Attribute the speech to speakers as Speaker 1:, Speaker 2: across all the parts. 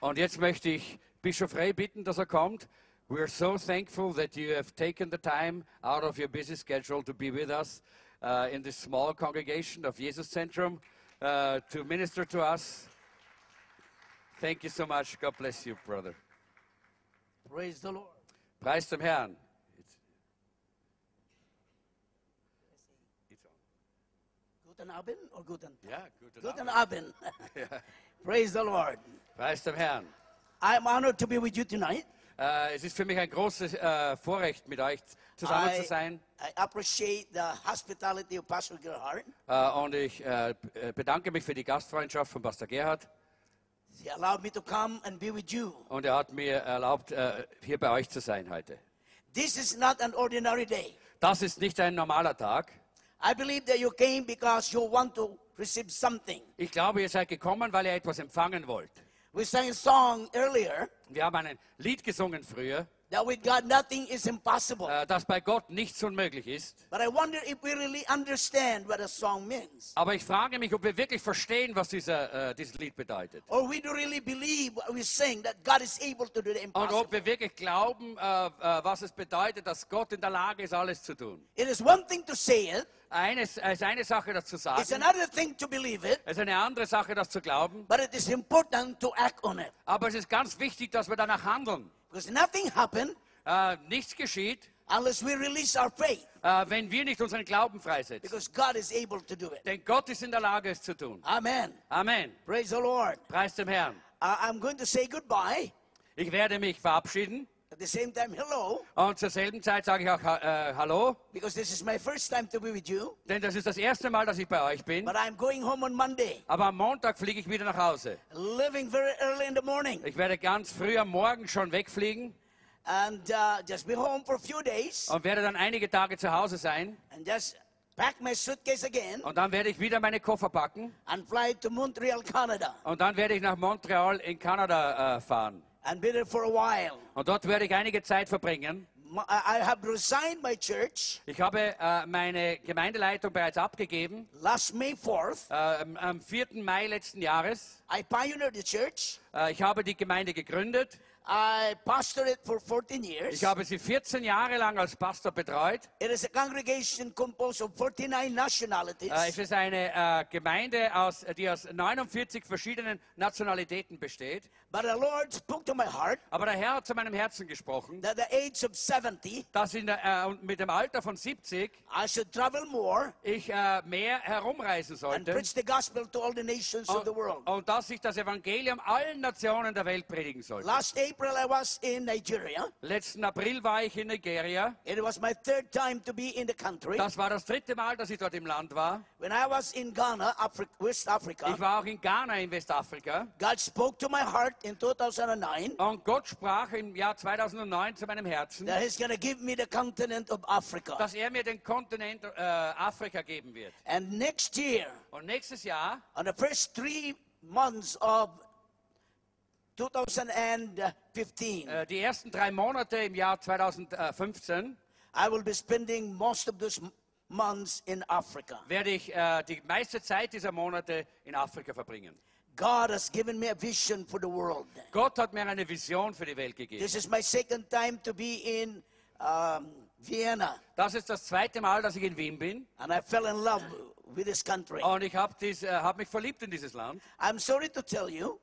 Speaker 1: Und jetzt möchte ich Bischof Rey bitten, dass er kommt. We are so thankful that you have taken the time out of your busy schedule to be with us uh, in this small congregation of Jesus Centrum uh, to minister to us. Thank you so much. God bless you, brother.
Speaker 2: Praise the Lord.
Speaker 1: Preis dem Herrn.
Speaker 2: Guten Abend or guten Tag?
Speaker 1: Ja, guten
Speaker 2: Guten
Speaker 1: Abend.
Speaker 2: Abend. Praise the Lord.
Speaker 1: Preis dem Herrn.
Speaker 2: I'm honored to be with you tonight.
Speaker 1: Äh, es ist für mich ein großes äh, Vorrecht, mit euch zusammen
Speaker 2: I,
Speaker 1: zu sein.
Speaker 2: I appreciate the hospitality of Pastor Gerhard.
Speaker 1: Äh, und ich äh, b- bedanke mich für die Gastfreundschaft von Pastor Gerhard.
Speaker 2: He allowed me to come and be with you.
Speaker 1: Und er hat mir erlaubt, äh, hier bei euch zu sein heute.
Speaker 2: This is not an ordinary day.
Speaker 1: Das ist nicht ein normaler Tag.
Speaker 2: I believe that you came because you want to receive something.
Speaker 1: Ich glaube, ihr seid gekommen, weil ihr etwas empfangen wollt.
Speaker 2: We sang a song earlier
Speaker 1: Wir haben ein Lied gesungen früher,
Speaker 2: that with God nothing is impossible.
Speaker 1: äh, dass bei Gott nichts unmöglich ist.
Speaker 2: but I wonder if we really understand what a song means.
Speaker 1: Aber ich frage mich, ob wir wirklich verstehen, was dieser, äh, dieses Lied bedeutet.
Speaker 2: Or we do really believe what we sing that God is able to do the
Speaker 1: Und
Speaker 2: impossible.
Speaker 1: ob wir wirklich glauben, äh, äh, was es bedeutet, dass Gott in der Lage ist, alles zu tun.
Speaker 2: It is one thing to say it,
Speaker 1: Eines, es ist eine Sache, das zu sagen.
Speaker 2: it's another thing to believe it,
Speaker 1: Es ist eine andere Sache, das zu glauben.
Speaker 2: but it is important to act on it.
Speaker 1: Aber es ist ganz wichtig, dass wir danach handeln.
Speaker 2: Because nothing happened
Speaker 1: Äh, nichts geschieht,
Speaker 2: unless we release our faith,
Speaker 1: äh, wenn wir nicht unseren Glauben freisetzen.
Speaker 2: because God is able to do it.
Speaker 1: Denn Gott ist in der Lage, es zu tun.
Speaker 2: Amen.
Speaker 1: Amen.
Speaker 2: Praise the Lord.
Speaker 1: Preis dem Herrn.
Speaker 2: I- I'm going to say goodbye.
Speaker 1: Ich werde mich verabschieden
Speaker 2: At the same time, hello,
Speaker 1: und zur selben Zeit sage ich auch ha- äh, Hallo,
Speaker 2: because this is my first time to be with you.
Speaker 1: denn das ist das erste Mal, dass ich bei euch bin.
Speaker 2: But I'm going home on Monday,
Speaker 1: Aber am Montag fliege ich wieder nach Hause.
Speaker 2: leaving very early in the morning,
Speaker 1: Ich werde ganz früh am Morgen schon wegfliegen
Speaker 2: and uh, just be home for a few days,
Speaker 1: und werde dann einige Tage zu Hause sein.
Speaker 2: and just pack my suitcase again
Speaker 1: Und dann werde ich wieder meine Koffer packen
Speaker 2: and fly to Montreal, Canada,
Speaker 1: und dann werde ich nach Montreal in Kanada äh, fahren.
Speaker 2: and be there for a while.
Speaker 1: Und dort werde ich einige Zeit verbringen.
Speaker 2: My- I I have resigned my church
Speaker 1: Ich habe äh, meine Gemeindeleitung bereits abgegeben.
Speaker 2: last May 4th.
Speaker 1: Äh, am- am 4. Mai letzten Jahres.
Speaker 2: I pioneered the church.
Speaker 1: Äh, ich habe die Gemeinde gegründet.
Speaker 2: I pastored it for 14 years.
Speaker 1: Ich habe sie 14 Jahre lang als Pastor betreut.
Speaker 2: It is a congregation composed of 49 nationalities.
Speaker 1: Äh, es ist eine äh, Gemeinde, aus, die aus 49 verschiedenen Nationalitäten besteht.
Speaker 2: But the Lord spoke to my heart
Speaker 1: Aber der Herr hat zu meinem Herzen gesprochen,
Speaker 2: that at the age of 70,
Speaker 1: dass in der, äh, mit dem Alter von 70
Speaker 2: I should travel more
Speaker 1: ich äh, mehr herumreisen
Speaker 2: and
Speaker 1: sollte
Speaker 2: preach the gospel to all the nations of
Speaker 1: und,
Speaker 2: the world.
Speaker 1: und dass ich das Evangelium allen Nationen der Welt predigen sollte.
Speaker 2: Last April, I was in Nigeria.
Speaker 1: Letzten April war ich in Nigeria.
Speaker 2: It was my third time to be in the country.
Speaker 1: Das war das dritte Mal, dass ich dort im Land war.
Speaker 2: When I was in Ghana, Afri- West Africa,
Speaker 1: Ich war auch in Ghana in Westafrika.
Speaker 2: God spoke to my heart in 2009
Speaker 1: Und Gott sprach im Jahr 2009 zu meinem Herzen,
Speaker 2: that He's going to give me the continent of Africa.
Speaker 1: dass er mir den Kontinent äh, Afrika geben wird.
Speaker 2: And next year,
Speaker 1: Und nächstes Jahr,
Speaker 2: on the first three months of 2015,
Speaker 1: äh, die ersten drei Monate im Jahr 2015,
Speaker 2: I will be spending most of those m- months in Africa.
Speaker 1: werde ich äh, die meiste Zeit dieser Monate in Afrika verbringen.
Speaker 2: God has given me a vision for the world.
Speaker 1: Gott hat mir eine Vision für die Welt gegeben.
Speaker 2: This is my second time to be in um, Vienna,
Speaker 1: Das ist das zweite Mal, dass ich in Wien bin.
Speaker 2: and I fell in love with this country.
Speaker 1: Und ich habe äh, hab mich verliebt in dieses Land.
Speaker 2: I'm sorry to tell you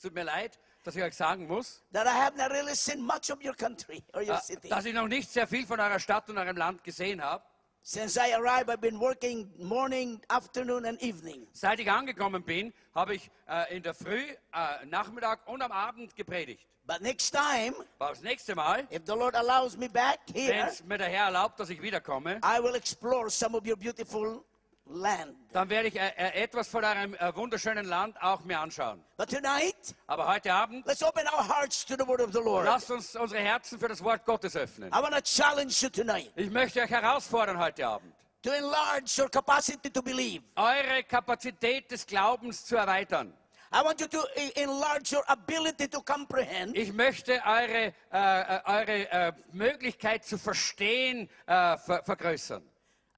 Speaker 1: Tut mir leid, dass ich euch sagen muss,
Speaker 2: that I have not really seen much of your country or your
Speaker 1: äh,
Speaker 2: city.
Speaker 1: dass ich noch nicht sehr viel von eurer Stadt und eurem Land gesehen habe.
Speaker 2: Since I arrived, I've been working morning, afternoon, and evening.
Speaker 1: Seit ich angekommen bin, habe ich äh, in der Früh, äh, Nachmittag und am Abend gepredigt.
Speaker 2: But next time,
Speaker 1: Aber das nächste Mal,
Speaker 2: if the Lord allows me back
Speaker 1: wenn
Speaker 2: here,
Speaker 1: es mir der Herr erlaubt, dass ich wiederkomme,
Speaker 2: I will explore some of your beautiful land.
Speaker 1: dann werde ich äh, äh, etwas von eurem äh, wunderschönen Land auch mir anschauen.
Speaker 2: But tonight,
Speaker 1: Aber heute Abend,
Speaker 2: let's open our hearts to the word of the Lord.
Speaker 1: lasst uns unsere Herzen für das Wort Gottes öffnen.
Speaker 2: I want to challenge you tonight
Speaker 1: Ich möchte euch herausfordern heute Abend,
Speaker 2: to enlarge your capacity to believe.
Speaker 1: eure Kapazität des Glaubens zu erweitern.
Speaker 2: I want you to e- enlarge your ability to comprehend.
Speaker 1: Ich möchte eure, äh, äh, eure äh, Möglichkeit zu verstehen äh, ver vergrößern.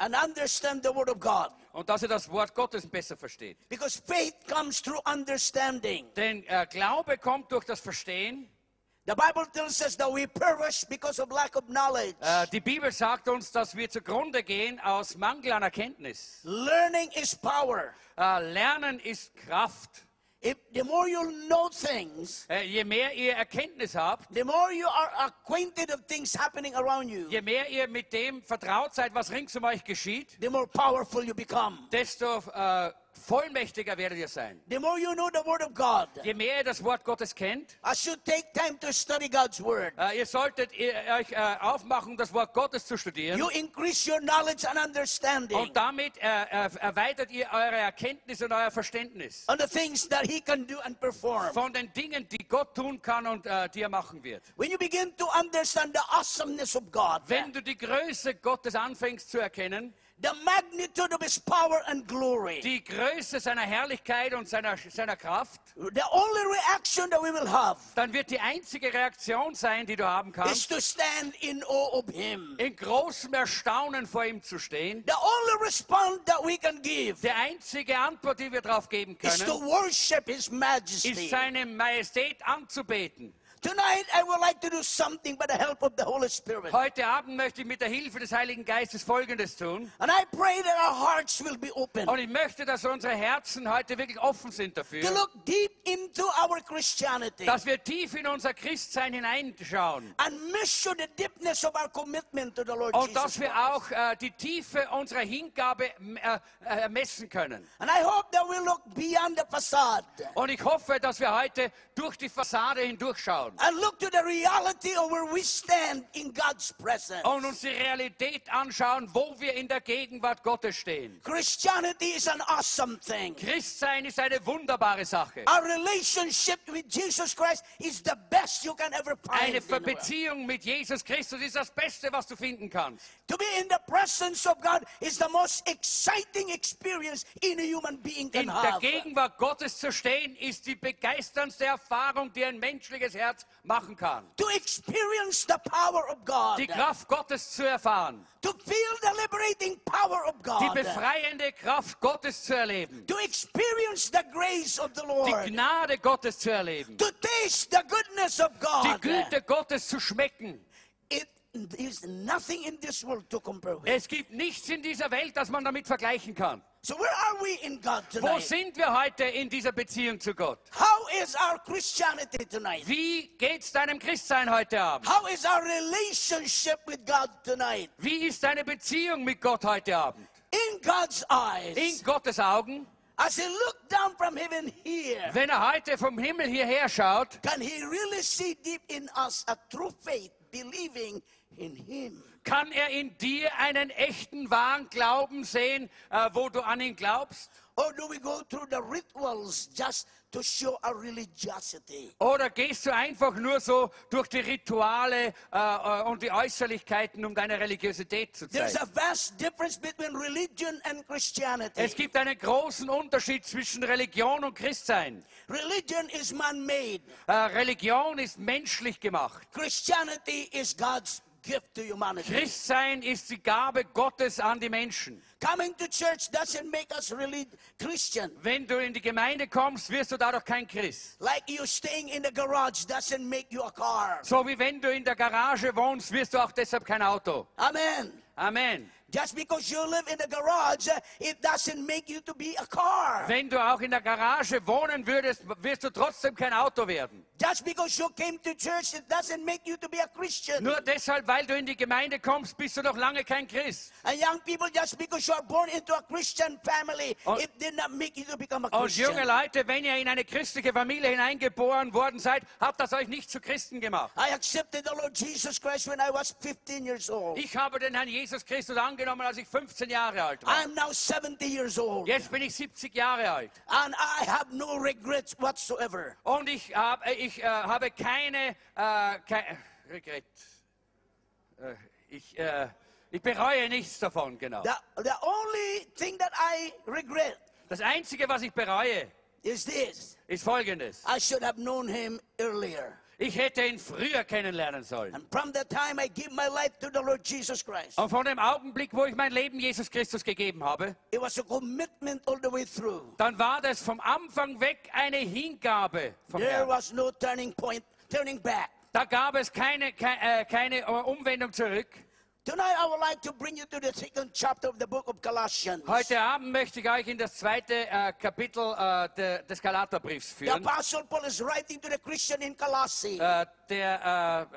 Speaker 2: and understand the Word of God.
Speaker 1: und dass ihr das Wort Gottes besser versteht.
Speaker 2: Because faith comes through understanding.
Speaker 1: Denn äh, Glaube kommt durch das Verstehen.
Speaker 2: The Bible tells us that we perish because of lack of knowledge.
Speaker 1: Äh, die Bibel sagt uns, dass wir zugrunde gehen aus Mangel an Erkenntnis.
Speaker 2: Learning is power.
Speaker 1: Äh, Lernen ist Kraft.
Speaker 2: If the more you know things,
Speaker 1: Äh, je mehr ihr Erkenntnis habt,
Speaker 2: the more you are acquainted of things happening around you,
Speaker 1: je mehr ihr mit dem vertraut seid, was rings um euch geschieht,
Speaker 2: the more powerful you become.
Speaker 1: desto äh, vollmächtiger werdet ihr sein.
Speaker 2: The more you know the Word of God,
Speaker 1: Je mehr ihr das Wort Gottes kennt,
Speaker 2: I should take time to study God's Word.
Speaker 1: äh, ihr solltet ihr, euch äh, aufmachen, das Wort Gottes zu studieren.
Speaker 2: You increase your knowledge and understanding
Speaker 1: Und damit äh, er, erweitert ihr eure Erkenntnis und euer Verständnis
Speaker 2: on the things that He can do and perform.
Speaker 1: von den Dingen, die Gott tun kann und äh, die er machen wird.
Speaker 2: When you begin to understand the awesomeness of God,
Speaker 1: Wenn du die Größe Gottes anfängst zu erkennen,
Speaker 2: the magnitude of His power and glory,
Speaker 1: die Größe seiner Herrlichkeit und seiner, seiner Kraft,
Speaker 2: the only reaction that we will have
Speaker 1: dann wird die einzige Reaktion sein, die du haben
Speaker 2: is
Speaker 1: kannst,
Speaker 2: to stand in awe of Him.
Speaker 1: in großem Erstaunen vor ihm zu stehen.
Speaker 2: The only response that we can give
Speaker 1: Die einzige Antwort, die wir darauf geben
Speaker 2: is to
Speaker 1: können,
Speaker 2: worship His
Speaker 1: ist
Speaker 2: majesty.
Speaker 1: seine Majestät anzubeten.
Speaker 2: Tonight, I would like to do something by the help of the Holy Spirit.
Speaker 1: Heute Abend möchte ich mit der Hilfe des Heiligen Geistes Folgendes tun.
Speaker 2: And I pray that our hearts will be open
Speaker 1: Und ich möchte, dass unsere Herzen heute wirklich offen sind
Speaker 2: to
Speaker 1: dafür,
Speaker 2: look deep into our Christianity
Speaker 1: dass wir tief in unser Christsein hineinschauen
Speaker 2: and measure the deepness of our commitment to the Lord
Speaker 1: und
Speaker 2: Jesus
Speaker 1: dass Oh, wir
Speaker 2: Christ.
Speaker 1: auch äh, die Tiefe unserer Hingabe m- äh, äh, messen können.
Speaker 2: And I hope that we look beyond the facade
Speaker 1: Und ich hoffe, dass wir heute durch die Fassade hindurchschauen
Speaker 2: and look to the reality of where we stand in God's presence.
Speaker 1: und uns die Realität anschauen, wo wir in der Gegenwart Gottes stehen.
Speaker 2: Christianity is an awesome thing.
Speaker 1: Christsein ist eine wunderbare Sache.
Speaker 2: Our relationship with Jesus Christ is the best you can ever find.
Speaker 1: Eine
Speaker 2: in the world.
Speaker 1: Beziehung mit Jesus Christus ist das Beste, was du finden kannst.
Speaker 2: To be in the presence of God is the most exciting experience any human being can
Speaker 1: In der
Speaker 2: have.
Speaker 1: Gegenwart Gottes zu stehen, ist die begeisterndste Erfahrung, die ein menschliches Herz machen kann.
Speaker 2: To experience the power of God.
Speaker 1: Die Kraft Gottes zu erfahren,
Speaker 2: To feel the liberating power of
Speaker 1: die
Speaker 2: God.
Speaker 1: befreiende Kraft Gottes zu erleben,
Speaker 2: To experience the grace of the
Speaker 1: die
Speaker 2: Lord.
Speaker 1: Gnade Gottes zu erleben,
Speaker 2: To taste the goodness of
Speaker 1: die
Speaker 2: God.
Speaker 1: Güte Gottes zu schmecken.
Speaker 2: It is nothing in this world to compare with.
Speaker 1: Es gibt nichts in dieser Welt, das man damit vergleichen kann.
Speaker 2: So where are we in God
Speaker 1: Wo
Speaker 2: tonight?
Speaker 1: sind wir heute in dieser Beziehung zu Gott?
Speaker 2: How is our Christianity tonight?
Speaker 1: Wie geht's deinem Christsein heute Abend?
Speaker 2: How is our relationship with God tonight?
Speaker 1: Wie ist deine Beziehung mit Gott heute Abend?
Speaker 2: In God's eyes.
Speaker 1: In Gottes Augen,
Speaker 2: As he looked down from heaven here,
Speaker 1: wenn er heute vom Himmel hierher schaut,
Speaker 2: can he really see deep in us a true faith, believing in him?
Speaker 1: Kann er in dir einen echten, wahren Glauben sehen, äh, wo du an ihn glaubst?
Speaker 2: Or do we go through the rituals just to show our religiosity?
Speaker 1: Oder gehst du einfach nur so durch die Rituale äh, äh, und die Äußerlichkeiten, um deine Religiosität zu
Speaker 2: There's
Speaker 1: zeigen?
Speaker 2: a vast difference between religion and Christianity.
Speaker 1: Es gibt einen großen Unterschied zwischen Religion und Christsein.
Speaker 2: Religion is man made,
Speaker 1: Äh, Religion ist menschlich gemacht.
Speaker 2: Christianity is God's gift to humanity.
Speaker 1: Christsein ist die Gabe Gottes an die Menschen.
Speaker 2: Coming to church doesn't make us really Christian.
Speaker 1: Wenn du in die Gemeinde kommst, wirst du dadurch kein Christ.
Speaker 2: Like you staying in the garage doesn't make you a car.
Speaker 1: So wie wenn du in der Garage wohnst, wirst du auch deshalb kein Auto.
Speaker 2: Amen.
Speaker 1: Amen.
Speaker 2: Just because you live in the garage, uh, it doesn't make you to be a car.
Speaker 1: Wenn du auch in der Garage wohnen würdest, wirst du trotzdem kein Auto werden.
Speaker 2: Just because you came to church, it doesn't make you to be a Christian.
Speaker 1: Nur deshalb, weil du in die Gemeinde kommst, bist du noch lange kein Christ.
Speaker 2: And young people, just because you are born into a Christian family,
Speaker 1: Und-
Speaker 2: it did not make you to become a
Speaker 1: Und
Speaker 2: Christian.
Speaker 1: junge Leute, wenn ihr in eine christliche Familie hineingeboren worden seid, hat das euch nicht zu Christen gemacht.
Speaker 2: I accepted the Lord Jesus Christ when I was 15 years old.
Speaker 1: Ich habe den Herrn Jesus Christus angenommen, als ich 15 Jahre alt war.
Speaker 2: I'm now 70 years old,
Speaker 1: Jetzt bin ich 70 Jahre alt.
Speaker 2: and I have no regrets whatsoever.
Speaker 1: Und ich, hab, ich äh, habe keine... Äh, kein, Regret. Äh, ich, äh, ich bereue nichts davon, genau.
Speaker 2: The, the only thing that I regret
Speaker 1: Das Einzige, was ich bereue,
Speaker 2: is this
Speaker 1: ist Folgendes.
Speaker 2: I should have known him earlier.
Speaker 1: Ich hätte ihn früher kennenlernen sollen.
Speaker 2: And from the time I give my life to the Lord Jesus Christ,
Speaker 1: Und von dem Augenblick, wo ich mein Leben Jesus Christus gegeben habe,
Speaker 2: it was a commitment all the way through.
Speaker 1: dann war das vom Anfang weg eine Hingabe vom
Speaker 2: There
Speaker 1: Herrn.
Speaker 2: was no turning point, turning back.
Speaker 1: Da gab es keine, keine, äh, keine Umwendung zurück.
Speaker 2: Tonight I would like to bring you to the second chapter of the book of Colossians.
Speaker 1: Heute Abend möchte ich euch in das zweite äh, Kapitel äh, de, des Galaterbriefs
Speaker 2: The
Speaker 1: führen,
Speaker 2: Apostle Paul is writing to the Christian in Colossae.
Speaker 1: äh, der,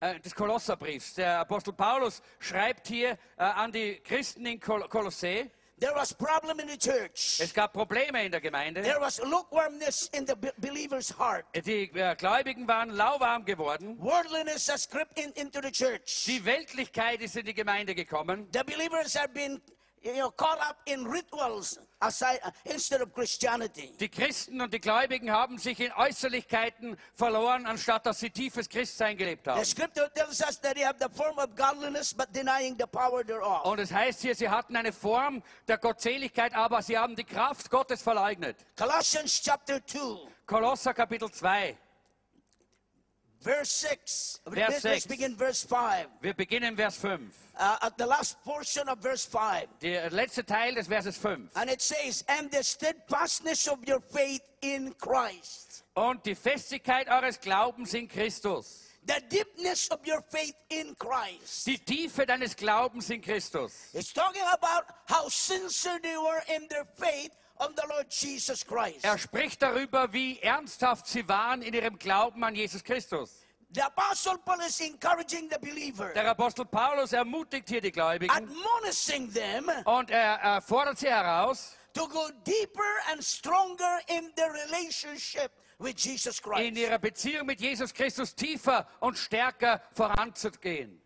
Speaker 1: äh, äh, des Kolosserbriefs. Der Apostel Paulus schreibt hier äh, an die Christen in Kol Kolossee.
Speaker 2: there was problem in the church.
Speaker 1: Es gab Probleme in der Gemeinde.
Speaker 2: There was lukewarmness in the be- believer's heart.
Speaker 1: Die äh, Gläubigen waren lauwarm geworden.
Speaker 2: Worldliness has crept in, into the church.
Speaker 1: Die Weltlichkeit ist in die Gemeinde gekommen.
Speaker 2: The believers have been you know, caught up in rituals aside, uh, instead of Christianity.
Speaker 1: Die Christen und die Gläubigen haben sich in Äußerlichkeiten verloren, anstatt dass sie tiefes Christsein gelebt haben.
Speaker 2: The scripture tells us that they have the form of godliness but denying the power thereof.
Speaker 1: Und es heißt hier, sie hatten eine Form der Gottseligkeit, aber sie haben die Kraft Gottes verleugnet.
Speaker 2: Colossians chapter 2,
Speaker 1: Kolosser Kapitel 2.
Speaker 2: verse 6.
Speaker 1: Verse
Speaker 2: Let's
Speaker 1: 6.
Speaker 2: begin verse 5.
Speaker 1: Wir beginnen Vers 5.
Speaker 2: Uh, at the last portion of verse 5.
Speaker 1: Der letzte Teil des Verses 5.
Speaker 2: And it says, and the steadfastness of your faith in Christ.
Speaker 1: Und die Festigkeit eures Glaubens in Christus.
Speaker 2: The deepness of your faith in Christ.
Speaker 1: Die Tiefe deines Glaubens in Christus.
Speaker 2: It's talking about how sincere they were in their faith on the Lord Jesus Christ.
Speaker 1: Er spricht darüber, wie ernsthaft sie waren in ihrem Glauben an Jesus Christus.
Speaker 2: The Apostle Paul is encouraging the believer,
Speaker 1: Der Apostel Paulus ermutigt hier die Gläubigen
Speaker 2: admonishing them
Speaker 1: und er, er fordert sie heraus,
Speaker 2: to go deeper and stronger in their relationship with Jesus
Speaker 1: in
Speaker 2: Christ.
Speaker 1: ihrer Beziehung mit Jesus Christus tiefer und stärker voranzugehen.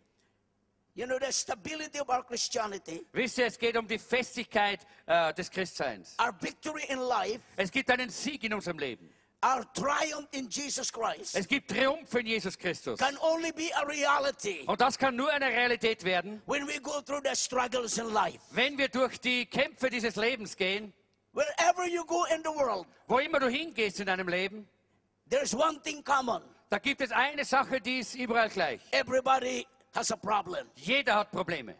Speaker 2: You know, the stability of our Christianity,
Speaker 1: Wisst ihr, es geht um die Festigkeit äh, des Christseins.
Speaker 2: our victory in life,
Speaker 1: Es gibt einen Sieg in unserem Leben.
Speaker 2: our triumph in Jesus Christ.
Speaker 1: Es gibt Triumph in Jesus Christus.
Speaker 2: can only be a reality
Speaker 1: Und das kann nur eine Realität werden,
Speaker 2: when we go through the struggles in life.
Speaker 1: wenn wir durch die Kämpfe dieses Lebens gehen.
Speaker 2: Wherever you go in the world,
Speaker 1: Wo immer du hingehst in deinem Leben,
Speaker 2: there's one thing common
Speaker 1: da gibt es eine Sache, die ist überall gleich.
Speaker 2: everybody has a problem,
Speaker 1: Jeder hat Probleme.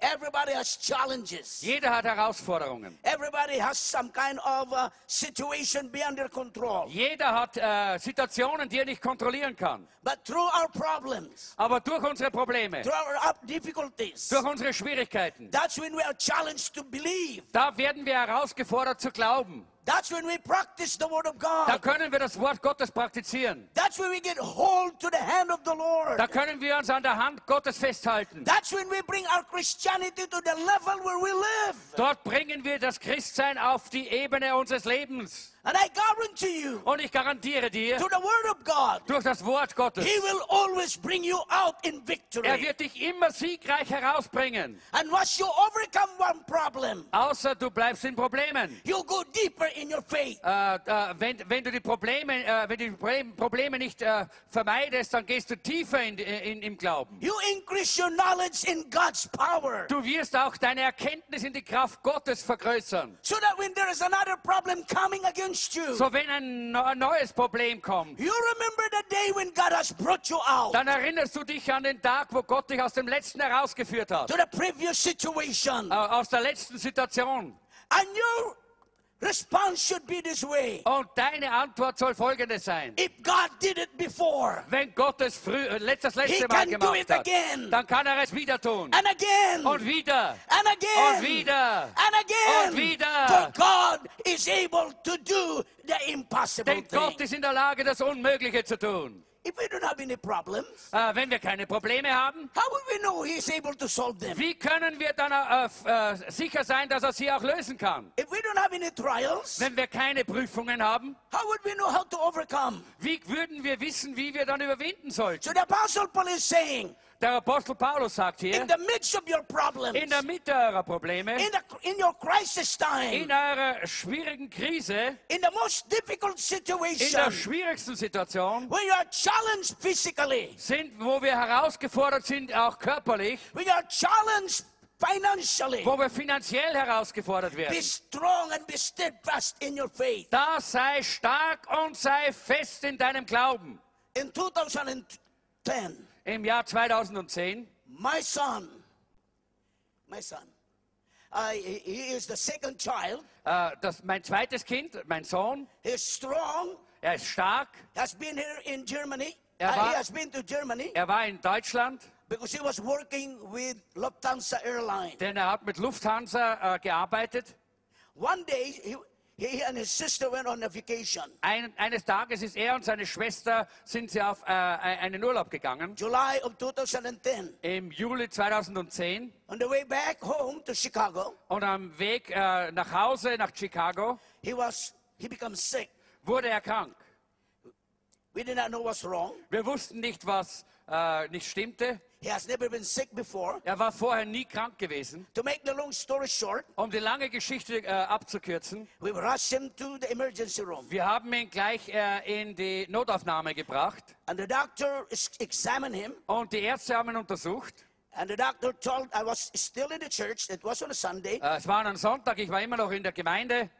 Speaker 2: everybody has challenges,
Speaker 1: Jeder hat Herausforderungen.
Speaker 2: everybody has some kind of uh, situation beyond their control.
Speaker 1: Jeder hat äh, Situationen, die er nicht kontrollieren kann.
Speaker 2: But through our problems,
Speaker 1: Aber durch unsere Probleme,
Speaker 2: through our up- difficulties,
Speaker 1: durch unsere Schwierigkeiten,
Speaker 2: that's when we are challenged to believe.
Speaker 1: da werden wir herausgefordert zu glauben.
Speaker 2: That's when we practice the Word of God.
Speaker 1: Da können wir das Wort Gottes praktizieren.
Speaker 2: That's when we get hold to the hand of the Lord.
Speaker 1: Da können wir uns an der Hand Gottes festhalten.
Speaker 2: That's when we bring our Christianity to the level where we live.
Speaker 1: Dort bringen wir das Christsein auf die Ebene unseres Lebens.
Speaker 2: And I guarantee you,
Speaker 1: Und ich garantiere dir,
Speaker 2: to the Word of God,
Speaker 1: durch das Wort Gottes,
Speaker 2: He will always bring you out in
Speaker 1: er
Speaker 2: victory.
Speaker 1: wird dich immer siegreich herausbringen.
Speaker 2: And once you overcome one problem,
Speaker 1: Außer du bleibst in Problemen.
Speaker 2: you'll go deeper in your faith.
Speaker 1: Äh, äh, wenn, wenn du die Probleme, äh, wenn du die Problem- Probleme nicht äh, vermeidest, dann gehst du tiefer in, in, im Glauben.
Speaker 2: You increase your knowledge in God's power.
Speaker 1: Du wirst auch deine Erkenntnis in die Kraft Gottes vergrößern.
Speaker 2: So that when there is another problem coming against you,
Speaker 1: So wenn ein neu- neues Problem kommt,
Speaker 2: you remember the day when God has brought you out
Speaker 1: dann erinnerst du dich an den Tag, wo Gott dich aus dem letzten herausgeführt hat.
Speaker 2: to the previous situation.
Speaker 1: Äh, Aus der letzten Situation.
Speaker 2: And your response should be this way
Speaker 1: Und deine Antwort soll folgende sein.
Speaker 2: If God did it before,
Speaker 1: Wenn Gott es früh, äh, letzt- das
Speaker 2: He
Speaker 1: letzte Mal
Speaker 2: can do it
Speaker 1: gemacht hat,
Speaker 2: again,
Speaker 1: dann kann er es wieder tun.
Speaker 2: and again,
Speaker 1: Und wieder.
Speaker 2: And again.
Speaker 1: Und wieder.
Speaker 2: And again.
Speaker 1: Und wieder.
Speaker 2: For God is able to do the impossible
Speaker 1: Denn Gott
Speaker 2: thing.
Speaker 1: ist in der Lage, das Unmögliche zu tun.
Speaker 2: If we don't have any problems,
Speaker 1: Äh, wenn wir keine Probleme haben,
Speaker 2: how will we know He is able to solve them?
Speaker 1: wie können wir dann äh, f- äh, sicher sein, dass er sie auch lösen kann?
Speaker 2: If we don't have any trials,
Speaker 1: Wenn wir keine Prüfungen haben,
Speaker 2: how would we know how to overcome?
Speaker 1: wie würden wir wissen, wie wir dann überwinden sollten?
Speaker 2: So the Apostle Paul is saying,
Speaker 1: Der Apostel Paulus sagt hier,
Speaker 2: in the midst of your problems,
Speaker 1: in der Mitte eurer Probleme,
Speaker 2: in, the, in your crisis time,
Speaker 1: in eurer schwierigen Krise,
Speaker 2: in the most difficult
Speaker 1: in
Speaker 2: situation,
Speaker 1: der schwierigsten Situation,
Speaker 2: when you are challenged physically,
Speaker 1: sind, wo wir herausgefordert sind, auch körperlich,
Speaker 2: when you are challenged financially,
Speaker 1: wo wir finanziell herausgefordert
Speaker 2: be
Speaker 1: werden.
Speaker 2: strong and be steadfast in your faith.
Speaker 1: Da sei stark und sei fest in deinem Glauben.
Speaker 2: In 2010,
Speaker 1: Im Jahr 2010,
Speaker 2: my son, my son, I, he he is the second child.
Speaker 1: äh, das, mein zweites Kind, mein Sohn,
Speaker 2: He's strong,
Speaker 1: er ist stark.
Speaker 2: has been here in Germany.
Speaker 1: Er
Speaker 2: Uh,
Speaker 1: war-
Speaker 2: he has been to Germany
Speaker 1: Er war in Deutschland,
Speaker 2: because he was working with Lufthansa Airline.
Speaker 1: denn er hat mit Lufthansa äh, gearbeitet.
Speaker 2: One day, he, he and his sister went on a vacation.
Speaker 1: Ein, eines Tages ist er und seine Schwester sind sie auf äh, einen Urlaub gegangen.
Speaker 2: July of 2010.
Speaker 1: Im Juli 2010
Speaker 2: On the way back home to Chicago,
Speaker 1: und am Weg äh, nach Hause nach Chicago
Speaker 2: he was he became sick.
Speaker 1: wurde er krank.
Speaker 2: We did not know what's wrong.
Speaker 1: Wir wussten nicht, was äh, nicht stimmte.
Speaker 2: He has never been sick before.
Speaker 1: Er war vorher nie krank gewesen.
Speaker 2: To make the long story short,
Speaker 1: Um die lange Geschichte äh, abzukürzen,
Speaker 2: we rushed him to the emergency room,
Speaker 1: wir haben ihn gleich äh, in die Notaufnahme gebracht
Speaker 2: and the doctor ex- examined him.
Speaker 1: und die Ärzte haben ihn untersucht.
Speaker 2: And the doctor told I was still in the church. It was on a Sunday.
Speaker 1: Äh, es war ein Sonntag, ich war immer noch in der Gemeinde.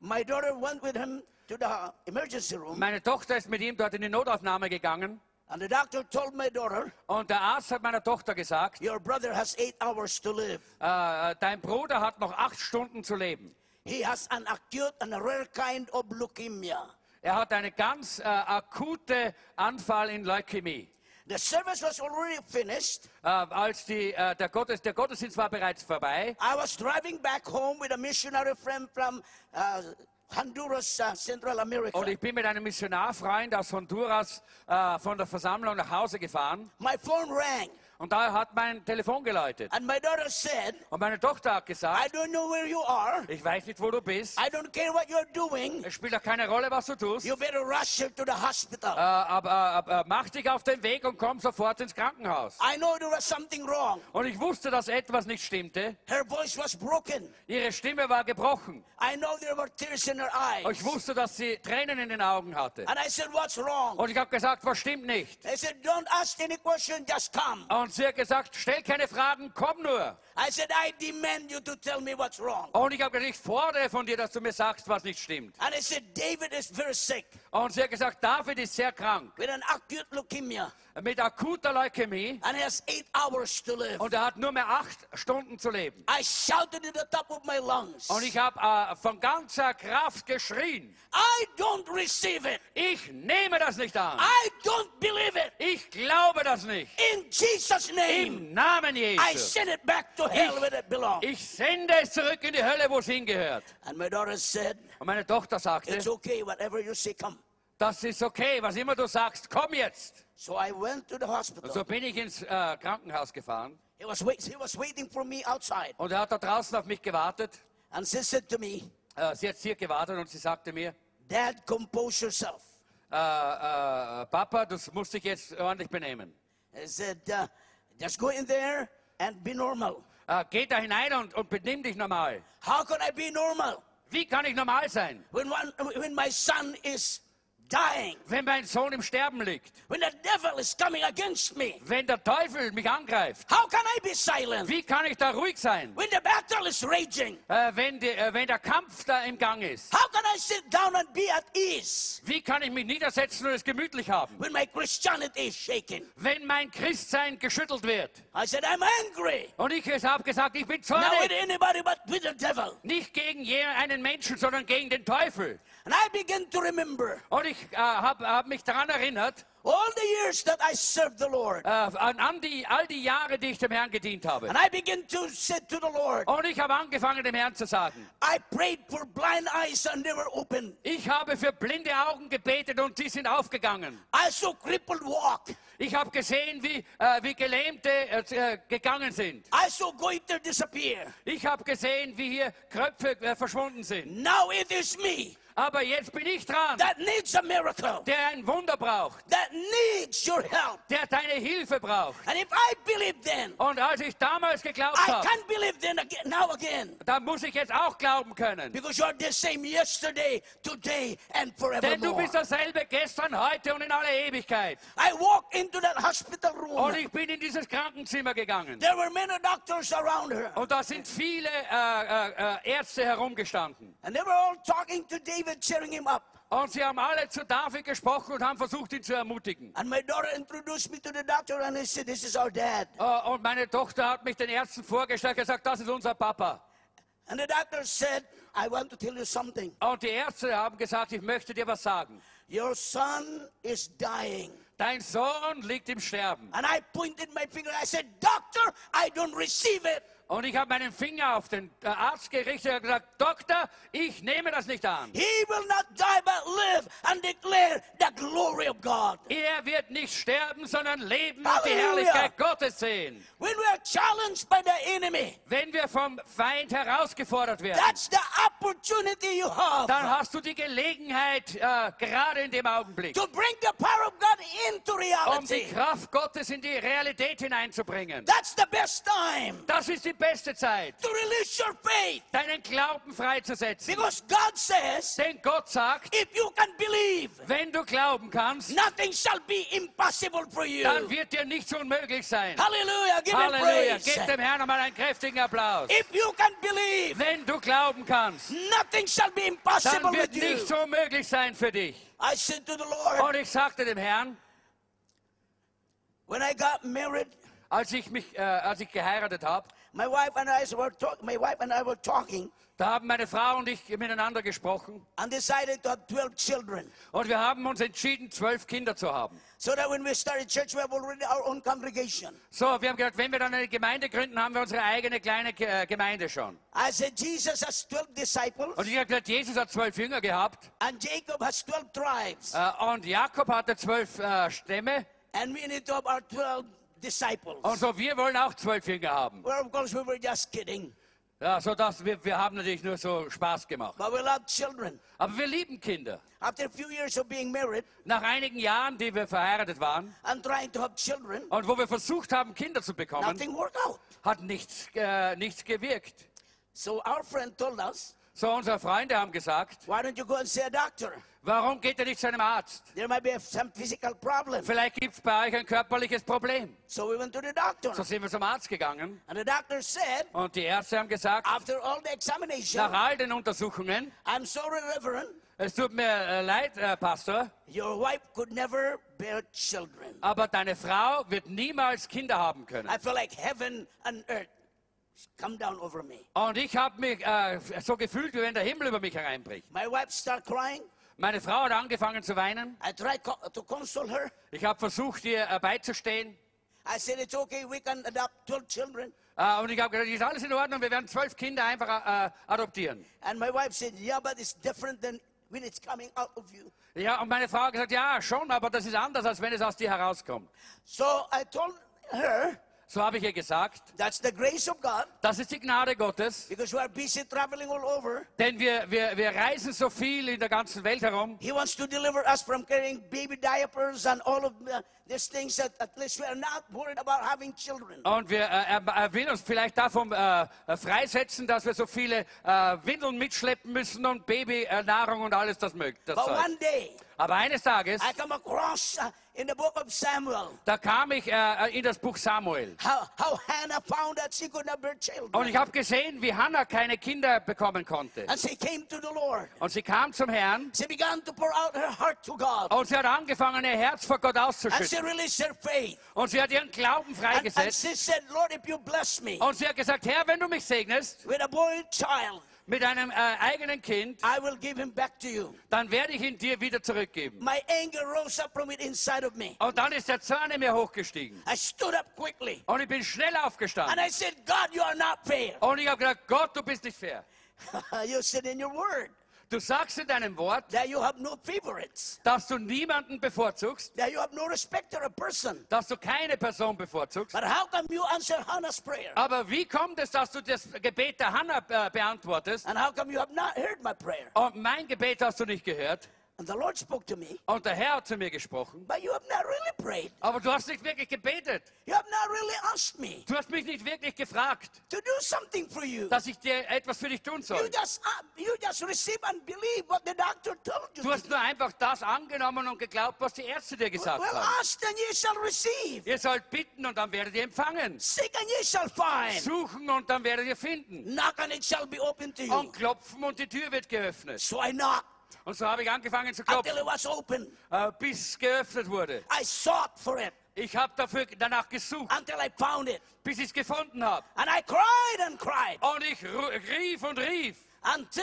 Speaker 2: My daughter went with him to the emergency room,
Speaker 1: Meine Tochter ist mit ihm dort in die Notaufnahme gegangen
Speaker 2: and the doctor told my daughter,
Speaker 1: und der Arzt hat meiner Tochter gesagt,
Speaker 2: "Your brother has eight hours to live.
Speaker 1: äh, dein Bruder hat noch acht Stunden zu leben.
Speaker 2: He has an acute and a rare kind of leukemia."
Speaker 1: Er hat einen ganz äh, akute Anfall in Leukämie.
Speaker 2: The service was already finished.
Speaker 1: Äh, als die, äh, der, Gottes, der Gottesdienst war bereits vorbei
Speaker 2: I was driving back home with a missionary friend from uh, Honduras, uh, Central America.
Speaker 1: und ich bin mit einem Missionarfreund aus Honduras äh, von der Versammlung nach Hause gefahren
Speaker 2: My phone rang,
Speaker 1: und da hat mein Telefon geläutet.
Speaker 2: and my daughter said,
Speaker 1: Und meine Tochter hat
Speaker 2: I
Speaker 1: gesagt,
Speaker 2: don't know where you are.
Speaker 1: ich weiß nicht, wo du bist.
Speaker 2: I don't care what you're doing.
Speaker 1: Es spielt doch keine Rolle, was du tust.
Speaker 2: You better rush her to the
Speaker 1: Äh,
Speaker 2: hospital.
Speaker 1: aber, aber äh, mach dich auf den Weg und komm sofort ins Krankenhaus.
Speaker 2: I know there was something wrong.
Speaker 1: Und ich wusste, dass etwas nicht stimmte.
Speaker 2: Her voice was broken.
Speaker 1: Ihre Stimme war gebrochen.
Speaker 2: I know there were tears in her eyes.
Speaker 1: Und ich wusste, dass sie Tränen in den Augen hatte.
Speaker 2: And I said, What's wrong?
Speaker 1: Und ich habe gesagt, was stimmt nicht?
Speaker 2: They said, Don't ask any question, just come.
Speaker 1: Und sie hat gesagt, stell keine Fragen, komm nur.
Speaker 2: I said, I demand you to tell me what's wrong.
Speaker 1: Und ich habe gesagt, ich fordere von dir, dass du mir sagst, was nicht stimmt.
Speaker 2: And I said, David is very sick
Speaker 1: Und sie hat gesagt, David ist sehr krank,
Speaker 2: with an acute leukemia.
Speaker 1: mit akuter Leukämie
Speaker 2: and has eight hours to live.
Speaker 1: und er hat nur mehr acht Stunden zu leben.
Speaker 2: I shouted at the top of my lungs.
Speaker 1: Und ich habe äh, von ganzer Kraft geschrien,
Speaker 2: I don't receive it.
Speaker 1: ich nehme das nicht an.
Speaker 2: I don't believe it.
Speaker 1: Ich glaube das nicht.
Speaker 2: In Jesus' name,
Speaker 1: Im Namen
Speaker 2: I
Speaker 1: Jesu.
Speaker 2: send it back to hell where it belongs.
Speaker 1: Ich sende es zurück in die Hölle, wo es hingehört.
Speaker 2: And my daughter said,
Speaker 1: Und meine Tochter sagte,
Speaker 2: It's okay, whatever you say, come.
Speaker 1: das ist okay, was immer du sagst, komm jetzt.
Speaker 2: So I went to the
Speaker 1: Und so
Speaker 2: hospital.
Speaker 1: bin ich ins äh, Krankenhaus gefahren
Speaker 2: He was, wait, he was waiting for me outside.
Speaker 1: und er hat da draußen auf mich gewartet.
Speaker 2: And she said to me,
Speaker 1: Äh, sie hat hier gewartet und sie sagte mir,
Speaker 2: Dad, compose yourself.
Speaker 1: äh, äh, Papa, das musst dich jetzt ordentlich benehmen.
Speaker 2: I said, uh, Just go in there and be normal.
Speaker 1: Äh, geh da hinein und, und benimm dich normal.
Speaker 2: How can I be normal
Speaker 1: Wie kann ich normal sein,
Speaker 2: when, one, when my son is dying?
Speaker 1: wenn mein Sohn im Sterben liegt?
Speaker 2: when the devil is coming against me?
Speaker 1: Wenn der Teufel mich angreift?
Speaker 2: How can I be silent
Speaker 1: Wie kann ich da ruhig sein,
Speaker 2: when the battle is raging?
Speaker 1: äh, wenn, die, äh, wenn der Kampf da im Gang ist?
Speaker 2: How can I sit down and be at ease
Speaker 1: Wie kann ich mich niedersetzen und es gemütlich haben,
Speaker 2: when my Christianity is shaken?
Speaker 1: wenn mein Christsein geschüttelt wird?
Speaker 2: I said, I'm angry.
Speaker 1: Und ich habe gesagt, ich bin
Speaker 2: Not with
Speaker 1: zornig.
Speaker 2: anybody, but with the devil.
Speaker 1: Nicht gegen je- einen Menschen, sondern gegen den Teufel.
Speaker 2: And I began to remember
Speaker 1: Und ich äh, habe hab mich daran erinnert,
Speaker 2: all the years that I served the Lord.
Speaker 1: äh, an, an die, all die Jahre, die ich dem Herrn gedient habe.
Speaker 2: And I began to say to the Lord,
Speaker 1: Und ich habe angefangen, dem Herrn zu sagen,
Speaker 2: I prayed for blind eyes and they were opened.
Speaker 1: ich habe für blinde Augen gebetet und die sind aufgegangen.
Speaker 2: I saw crippled walk.
Speaker 1: Ich habe gesehen, wie, äh, wie Gelähmte äh, gegangen sind.
Speaker 2: I saw goiter disappear.
Speaker 1: Ich habe gesehen, wie hier Kröpfe äh, verschwunden sind.
Speaker 2: Now it is me
Speaker 1: Aber jetzt bin ich dran,
Speaker 2: that needs a miracle,
Speaker 1: der ein Wunder braucht,
Speaker 2: that needs your help.
Speaker 1: der deine Hilfe braucht.
Speaker 2: And if I believe then,
Speaker 1: Und als ich damals geglaubt
Speaker 2: I
Speaker 1: habe,
Speaker 2: can't believe then again, now again.
Speaker 1: dann muss ich jetzt auch glauben können.
Speaker 2: Because you're the same yesterday, today, and
Speaker 1: Denn du
Speaker 2: forevermore.
Speaker 1: bist dasselbe gestern, heute und in aller Ewigkeit.
Speaker 2: I walked into that hospital
Speaker 1: Und
Speaker 2: room.
Speaker 1: ich bin in dieses Krankenzimmer gegangen.
Speaker 2: There were many doctors around her.
Speaker 1: Und da sind viele äh, äh, äh, Ärzte herumgestanden.
Speaker 2: And they were all talking to David, cheering him up.
Speaker 1: Und sie haben alle zu David gesprochen und haben versucht, ihn zu ermutigen.
Speaker 2: And my daughter introduced me to the doctor and I said, This is our dad.
Speaker 1: Äh, Und meine Tochter hat mich den Ärzten vorgestellt und gesagt, das ist unser Papa.
Speaker 2: And the doctor said, I want to tell you something.
Speaker 1: Und die Ärzte haben gesagt, ich möchte dir was sagen.
Speaker 2: Your son is dying.
Speaker 1: Dein Sohn liegt im Sterben.
Speaker 2: And I pointed my finger. I said, Doctor, I don't receive it.
Speaker 1: Und ich habe meinen Finger auf den äh, Arzt gerichtet und gesagt, Doktor, ich nehme das nicht an.
Speaker 2: He will not die but live and declare the glory of God.
Speaker 1: Er wird nicht sterben, sondern leben und die
Speaker 2: Halleluja.
Speaker 1: Herrlichkeit Gottes sehen.
Speaker 2: When we are challenged by the enemy,
Speaker 1: Wenn wir vom Feind herausgefordert werden,
Speaker 2: that's the opportunity you have
Speaker 1: dann hast du die Gelegenheit, äh, gerade in dem Augenblick,
Speaker 2: to bring the power of God into
Speaker 1: um die
Speaker 2: reality.
Speaker 1: Kraft Gottes in die Realität hineinzubringen.
Speaker 2: That's the best time
Speaker 1: Das ist die beste Zeit,
Speaker 2: to release your faith
Speaker 1: deinen Glauben freizusetzen.
Speaker 2: because God says,
Speaker 1: Denn Gott sagt,
Speaker 2: if you can believe,
Speaker 1: wenn du glauben kannst,
Speaker 2: nothing shall be impossible for you.
Speaker 1: dann wird dir nichts unmöglich sein.
Speaker 2: Hallelujah. Give him
Speaker 1: Halleluja.
Speaker 2: praise.
Speaker 1: Gib dem Herrn nochmal einen kräftigen Applaus.
Speaker 2: If you can believe,
Speaker 1: Wenn du glauben kannst,
Speaker 2: nothing shall be impossible
Speaker 1: dann
Speaker 2: with
Speaker 1: wird
Speaker 2: you.
Speaker 1: nichts unmöglich sein für dich.
Speaker 2: I said to the Lord,
Speaker 1: Und ich sagte dem Herrn,
Speaker 2: when I got married,
Speaker 1: als ich mich, äh, als ich geheiratet habe,
Speaker 2: my wife and I were talk- my wife and I were talking
Speaker 1: da haben meine Frau und ich miteinander gesprochen
Speaker 2: and decided to have 12 children.
Speaker 1: und wir haben uns entschieden, zwölf Kinder zu haben.
Speaker 2: So that when we started church, we have already our own congregation.
Speaker 1: So, wir haben gedacht, wenn wir dann eine Gemeinde gründen, haben wir unsere eigene kleine Ge- äh, Gemeinde schon.
Speaker 2: I said, Jesus has 12 disciples
Speaker 1: Und ich habe gesagt, Jesus hat zwölf Jünger gehabt
Speaker 2: and Jacob has 12 tribes.
Speaker 1: äh, und Jakob hatte zwölf äh, Stämme
Speaker 2: And we need to have our 12 disciples.
Speaker 1: und so, wir wollen auch zwölf Jünger haben.
Speaker 2: Well, of course, we were just kidding.
Speaker 1: Ja, so dass wir, wir haben natürlich nur so Spaß gemacht.
Speaker 2: But we love children.
Speaker 1: Aber wir lieben Kinder.
Speaker 2: After a few years of being married
Speaker 1: Nach einigen Jahren, die wir verheiratet waren
Speaker 2: and trying to have children,
Speaker 1: und wo wir versucht haben, Kinder zu bekommen,
Speaker 2: nothing worked out.
Speaker 1: hat nichts, äh, nichts gewirkt.
Speaker 2: So our friend told us,
Speaker 1: So, unsere Freunde haben gesagt,
Speaker 2: why don't you go and see a doctor?
Speaker 1: warum geht ihr nicht zu einem Arzt?
Speaker 2: There might be some physical problem.
Speaker 1: Vielleicht gibt es bei euch ein körperliches Problem.
Speaker 2: So we went to the doctor.
Speaker 1: So sind wir zum Arzt gegangen
Speaker 2: And the doctor said,
Speaker 1: und die Ärzte haben gesagt,
Speaker 2: after all the examination,
Speaker 1: nach all den Untersuchungen,
Speaker 2: I'm sorry, Reverend,
Speaker 1: es tut mir äh, leid, äh, Pastor,
Speaker 2: your wife could never bear children.
Speaker 1: aber deine Frau wird niemals Kinder haben können.
Speaker 2: I feel like heaven and earth come down over me.
Speaker 1: Und ich habe mich äh, so gefühlt, wie wenn der Himmel über mich hereinbricht.
Speaker 2: My wife started crying.
Speaker 1: Meine Frau hat angefangen zu weinen.
Speaker 2: I tried co- to console her.
Speaker 1: Ich habe versucht, ihr äh, beizustehen.
Speaker 2: I said, it's okay, we can adopt 12 children.
Speaker 1: Äh, und ich habe gesagt, ist alles in Ordnung, wir werden zwölf Kinder einfach äh, adoptieren.
Speaker 2: And my wife said, yeah, but it's different than when it's coming out of you.
Speaker 1: Ja, und meine Frau hat gesagt, ja, schon, aber das ist anders, als wenn es aus dir herauskommt.
Speaker 2: So I told her,
Speaker 1: So habe ich ihr gesagt,
Speaker 2: that's the grace of God,
Speaker 1: das ist die Gnade Gottes,
Speaker 2: because we are busy traveling all over.
Speaker 1: denn wir, wir, wir reisen so viel in der ganzen Welt herum.
Speaker 2: He wants to deliver us from carrying baby diapers and all of the, these things that at least we are not worried about having children.
Speaker 1: Und wir, äh, er, er will uns vielleicht davon äh, äh, freisetzen, dass wir so viele äh, Windeln mitschleppen müssen und Babynahrung äh, Nahrung und alles das mögt. Das
Speaker 2: But
Speaker 1: Zeug.
Speaker 2: one day,
Speaker 1: Aber eines Tages,
Speaker 2: I come across uh, in the book of Samuel
Speaker 1: da kam ich äh, in das Buch Samuel.
Speaker 2: how, how Hannah found that she could not bear
Speaker 1: Und
Speaker 2: children.
Speaker 1: ich habe gesehen, wie Hannah keine Kinder bekommen konnte.
Speaker 2: And she came to the Lord.
Speaker 1: Und sie kam zum Herrn
Speaker 2: She began to pour out her heart to God.
Speaker 1: und sie hat angefangen, ihr Herz vor Gott
Speaker 2: And she
Speaker 1: auszuschütten.
Speaker 2: released her faith.
Speaker 1: Und sie hat ihren Glauben
Speaker 2: And, and
Speaker 1: freigesetzt.
Speaker 2: she said, Lord, if you bless me
Speaker 1: Und sie hat gesagt, Herr, wenn du mich segnest
Speaker 2: with a boy child,
Speaker 1: mit einem äh, eigenen Kind,
Speaker 2: I will give him back to you.
Speaker 1: dann werde ich ihn dir wieder zurückgeben.
Speaker 2: My anger rose up from it inside of me.
Speaker 1: Und dann ist der Zorn in mir hochgestiegen.
Speaker 2: I stood up quickly
Speaker 1: Und ich bin schnell
Speaker 2: and
Speaker 1: aufgestanden.
Speaker 2: I said, God, you are not fair.
Speaker 1: Und ich habe gesagt, Gott, du bist nicht fair.
Speaker 2: you said in your word
Speaker 1: Du sagst in deinem Wort,
Speaker 2: that you have no favorites,
Speaker 1: dass du niemanden bevorzugst,
Speaker 2: that you have no respect for a person.
Speaker 1: dass du keine Person bevorzugst.
Speaker 2: But how come you answer Hannah's prayer?
Speaker 1: Aber wie kommt es, dass du das Gebet der Hannah äh, beantwortest?
Speaker 2: And how come you have not heard my prayer?
Speaker 1: Und mein Gebet hast du nicht gehört.
Speaker 2: And the Lord spoke to me,
Speaker 1: Und der Herr hat zu mir gesprochen.
Speaker 2: but you have not really prayed.
Speaker 1: Aber du hast nicht wirklich gebetet.
Speaker 2: You have not really asked me
Speaker 1: Du hast mich nicht wirklich gefragt,
Speaker 2: to do something for you.
Speaker 1: dass ich dir etwas für dich tun
Speaker 2: You
Speaker 1: soll.
Speaker 2: just uh, you just receive and believe what the doctor told you.
Speaker 1: Du hast nur einfach das angenommen und geglaubt, was die Ärzte dir gesagt
Speaker 2: Well,
Speaker 1: haben.
Speaker 2: ask and ye shall receive.
Speaker 1: Ihr sollt bitten und dann werdet ihr empfangen.
Speaker 2: Seek and ye shall find.
Speaker 1: Suchen und dann werdet ihr finden.
Speaker 2: Knock and it shall be open to you.
Speaker 1: Und klopfen und die Tür wird geöffnet.
Speaker 2: So I knocked. knocked
Speaker 1: Und so habe ich angefangen zu
Speaker 2: until
Speaker 1: klopfen,
Speaker 2: it was open.
Speaker 1: äh, bis es geöffnet wurde.
Speaker 2: I sought for it
Speaker 1: Ich habe dafür danach gesucht,
Speaker 2: until I found it.
Speaker 1: bis ich es gefunden habe.
Speaker 2: And I cried and cried
Speaker 1: Und ich ru- rief und rief,
Speaker 2: until